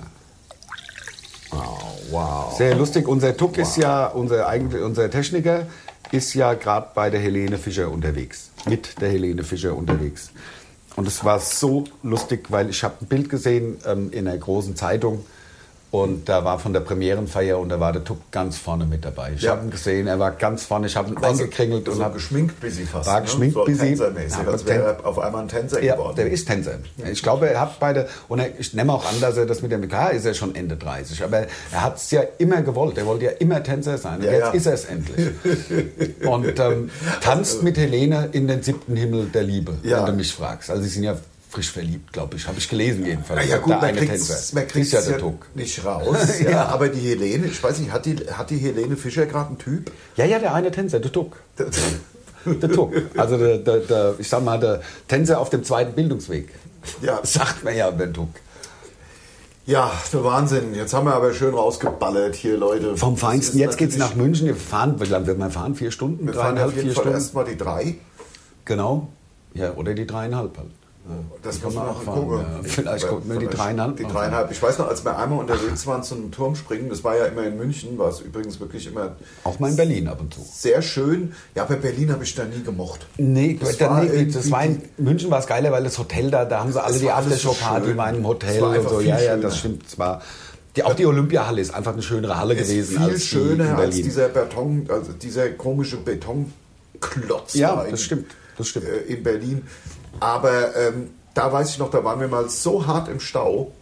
Speaker 3: Wow, wow.
Speaker 4: Sehr lustig. Unser Tuck ist ja, unser, eigentlich, unser Techniker ist ja gerade bei der Helene Fischer unterwegs. Mit der Helene Fischer unterwegs. Und es war so lustig, weil ich habe ein Bild gesehen ähm, in einer großen Zeitung. Und da war von der Premierenfeier und da war der Tuck ganz vorne mit dabei. Ich
Speaker 3: Ja.
Speaker 4: habe ihn gesehen, er war ganz vorne. Ich habe ihn angekringelt und
Speaker 3: Also so
Speaker 4: habe
Speaker 3: geschminkt bis sie fast. ne?
Speaker 4: War geschminkt
Speaker 3: so
Speaker 4: bis sie-
Speaker 3: Tänzermäßig,
Speaker 4: Ja,
Speaker 3: als
Speaker 4: aber
Speaker 3: wäre er auf einmal ein Tänzer
Speaker 4: Ja,
Speaker 3: geworden.
Speaker 4: der ist Tänzer. Ich glaube, er hat beide, und er, ich nehme auch an, dass er das mit dem, klar ist er schon Ende 30, aber er hat es ja immer gewollt, er wollte ja immer Tänzer sein. Und
Speaker 3: Ja,
Speaker 4: jetzt
Speaker 3: ja.
Speaker 4: ist er es endlich. und ähm, tanzt mit Helene in den siebten Himmel der Liebe,
Speaker 3: Also Ja.
Speaker 4: wenn du mich fragst. Also sie sind ja frisch verliebt, glaube ich. Habe ich gelesen jedenfalls.
Speaker 3: Na Ah, ja
Speaker 4: Der
Speaker 3: gut, man
Speaker 4: eine
Speaker 3: kriegt's,
Speaker 4: Tänzer.
Speaker 3: man kriegt's
Speaker 4: ist ja der Druck.
Speaker 3: nicht raus. ja.
Speaker 4: Ja.
Speaker 3: Aber die Helene, ich weiß nicht, hat die, hat die Helene Fischer gerade einen Typ?
Speaker 4: Ja, ja, der eine Tänzer, der Druck. Der Druck. Also der, der, der, ich sag mal, der Tänzer auf dem zweiten Bildungsweg.
Speaker 3: Ja.
Speaker 4: Sagt man ja über den Druck.
Speaker 3: ja, der Wahnsinn. Jetzt haben wir aber schön rausgeballert hier, Leute.
Speaker 4: Vom Feinsten. Jetzt geht's nach
Speaker 3: München.
Speaker 4: München. Wir fahren, wie lange wird man fahren? Vier Stunden?
Speaker 3: Wir fahren auf
Speaker 4: dreieinhalb,
Speaker 3: jeden
Speaker 4: vier
Speaker 3: Fall
Speaker 4: Stunden?
Speaker 3: erstmal die drei.
Speaker 4: Genau. Ja, oder die dreieinhalb halt.
Speaker 3: Das
Speaker 4: Kann
Speaker 3: muss man
Speaker 4: man
Speaker 3: noch
Speaker 4: abfahren,
Speaker 3: gucken.
Speaker 4: ja. Vielleicht gucken wir die
Speaker 3: Vielleicht
Speaker 4: dreieinhalb
Speaker 3: Die
Speaker 4: noch.
Speaker 3: dreieinhalb. Ich weiß noch, als wir einmal unterwegs waren zum Turmspringen, das war ja immer in München, war es übrigens wirklich immer
Speaker 4: Auch mal in Berlin ab und zu.
Speaker 3: sehr schön. Ja, aber Berlin habe ich da nie gemocht.
Speaker 4: Nee, das, war, nee, das
Speaker 3: irgendwie
Speaker 4: war in München war es geiler, weil das Hotel da, da haben sie alle
Speaker 3: Es
Speaker 4: die
Speaker 3: war alles so
Speaker 4: Aftershow-Party
Speaker 3: schön.
Speaker 4: in meinem
Speaker 3: Es
Speaker 4: Hotel
Speaker 3: war
Speaker 4: und
Speaker 3: einfach
Speaker 4: so.
Speaker 3: viel
Speaker 4: Ja, ja,
Speaker 3: schöner.
Speaker 4: das stimmt. Es war, die, auch die Olympiahalle ist einfach eine schönere Halle
Speaker 3: ist
Speaker 4: gewesen
Speaker 3: viel
Speaker 4: als die
Speaker 3: schöner
Speaker 4: in Berlin.
Speaker 3: als dieser Beton, also dieser komische Betonklotz.
Speaker 4: Ja,
Speaker 3: da
Speaker 4: das stimmt, das stimmt.
Speaker 3: äh, In Berlin. Aber ähm, da weiß ich noch, da waren wir mal so hart im Stau,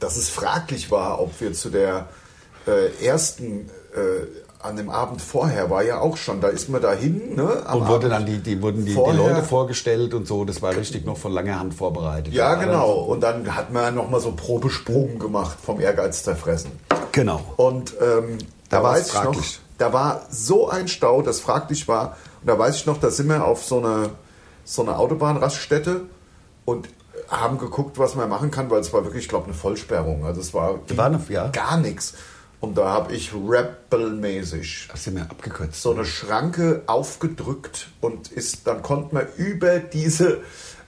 Speaker 3: dass es fraglich war, ob wir zu der äh, ersten äh, an dem Abend vorher war ja auch schon. Da ist man dahin. Ne, am
Speaker 4: und
Speaker 3: Abend.
Speaker 4: wurde dann die, die wurden die, die
Speaker 3: Vorher-
Speaker 4: Leute vorgestellt und so. Das war richtig noch von langer Hand vorbereitet.
Speaker 3: Ja,
Speaker 4: Da war
Speaker 3: genau. Und dann hat man noch mal so Probesprung gemacht vom Ehrgeiz zerfressen.
Speaker 4: dann- Genau.
Speaker 3: Und ähm, da,
Speaker 4: Da war's
Speaker 3: weiß ich noch,
Speaker 4: fraglich.
Speaker 3: da war so ein Stau, das fraglich war. Und da weiß ich noch, da sind wir auf so eine, so eine Autobahnraststätte und haben geguckt, was man machen kann, weil es war wirklich, ich glaube, eine Vollsperrung. Also es war,
Speaker 4: War eine- ja.
Speaker 3: gar nichts. Und da habe ich rappelmäßig
Speaker 4: Das sind wir abgekürzt.
Speaker 3: so eine Schranke aufgedrückt und ist, dann konnte man über diese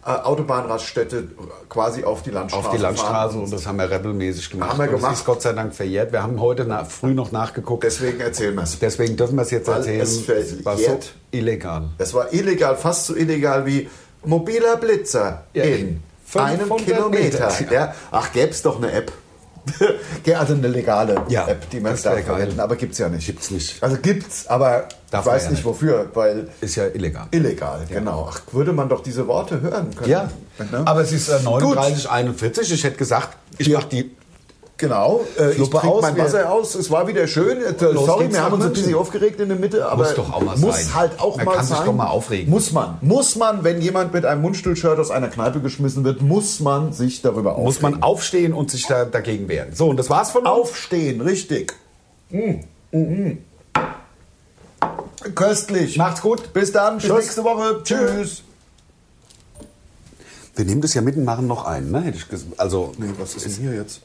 Speaker 3: äh, Autobahnraststätte quasi auf die Landstraße
Speaker 4: auf die Landstraße
Speaker 3: fahren.
Speaker 4: und das haben wir rebelmäßig gemacht.
Speaker 3: Haben wir
Speaker 4: Und
Speaker 3: gemacht.
Speaker 4: Das ist Gott sei Dank verjährt. Wir haben heute nach, früh noch nachgeguckt.
Speaker 3: Deswegen erzählen wir es.
Speaker 4: Deswegen dürfen wir es jetzt
Speaker 3: Weil
Speaker 4: erzählen.
Speaker 3: es verjährt.
Speaker 4: war so illegal.
Speaker 3: Das war illegal, fast so illegal wie mobiler Blitzer
Speaker 4: Ja,
Speaker 3: in
Speaker 4: 500
Speaker 3: einem Kilometer.
Speaker 4: Meter.
Speaker 3: Ja. Ach, gäbe es doch eine App. Gell, also eine legale
Speaker 4: Ja,
Speaker 3: App, die man
Speaker 4: das wär
Speaker 3: dafür
Speaker 4: geil.
Speaker 3: verwenden, aber gibt's ja nicht.
Speaker 4: Gibt's nicht.
Speaker 3: Also gibt's, aber
Speaker 4: Darf
Speaker 3: ich weiß
Speaker 4: man ja
Speaker 3: nicht
Speaker 4: nicht.
Speaker 3: wofür, weil
Speaker 4: Ist ja illegal.
Speaker 3: illegal, genau. Ach, würde man doch diese Worte hören können.
Speaker 4: Ja,
Speaker 3: Ne?
Speaker 4: aber es ist äh,
Speaker 3: Gut.
Speaker 4: 39, 41. Ich hätte gesagt, ich mach die.
Speaker 3: Genau, äh, ich
Speaker 4: Fluppe
Speaker 3: trinke
Speaker 4: aus,
Speaker 3: mein
Speaker 4: wir-
Speaker 3: Wasser aus, es war wieder schön. Äh,
Speaker 4: Los
Speaker 3: Sorry,
Speaker 4: geht's
Speaker 3: wir
Speaker 4: nach
Speaker 3: haben uns ein
Speaker 4: München.
Speaker 3: bisschen aufgeregt in der Mitte, aber
Speaker 4: doch auch mal
Speaker 3: muss
Speaker 4: sein.
Speaker 3: halt auch
Speaker 4: Man
Speaker 3: mal
Speaker 4: kann sich
Speaker 3: sein.
Speaker 4: doch mal aufregen.
Speaker 3: Muss man. Muss man, wenn jemand mit einem Mundstuhl-Shirt aus einer Kneipe geschmissen wird, muss man sich darüber aufregen.
Speaker 4: Muss man aufstehen und sich da, dagegen wehren. So, und das war's von uns.
Speaker 3: aufstehen, richtig. Mm. Mm, mm. Köstlich.
Speaker 4: Macht's gut.
Speaker 3: Bis dann, bis
Speaker 4: Tschüss.
Speaker 3: nächste Woche. Tschüss.
Speaker 4: Wir nehmen das ja mit und machen noch einen, ne? Hätte ich ges- also,
Speaker 3: was ist denn hier jetzt?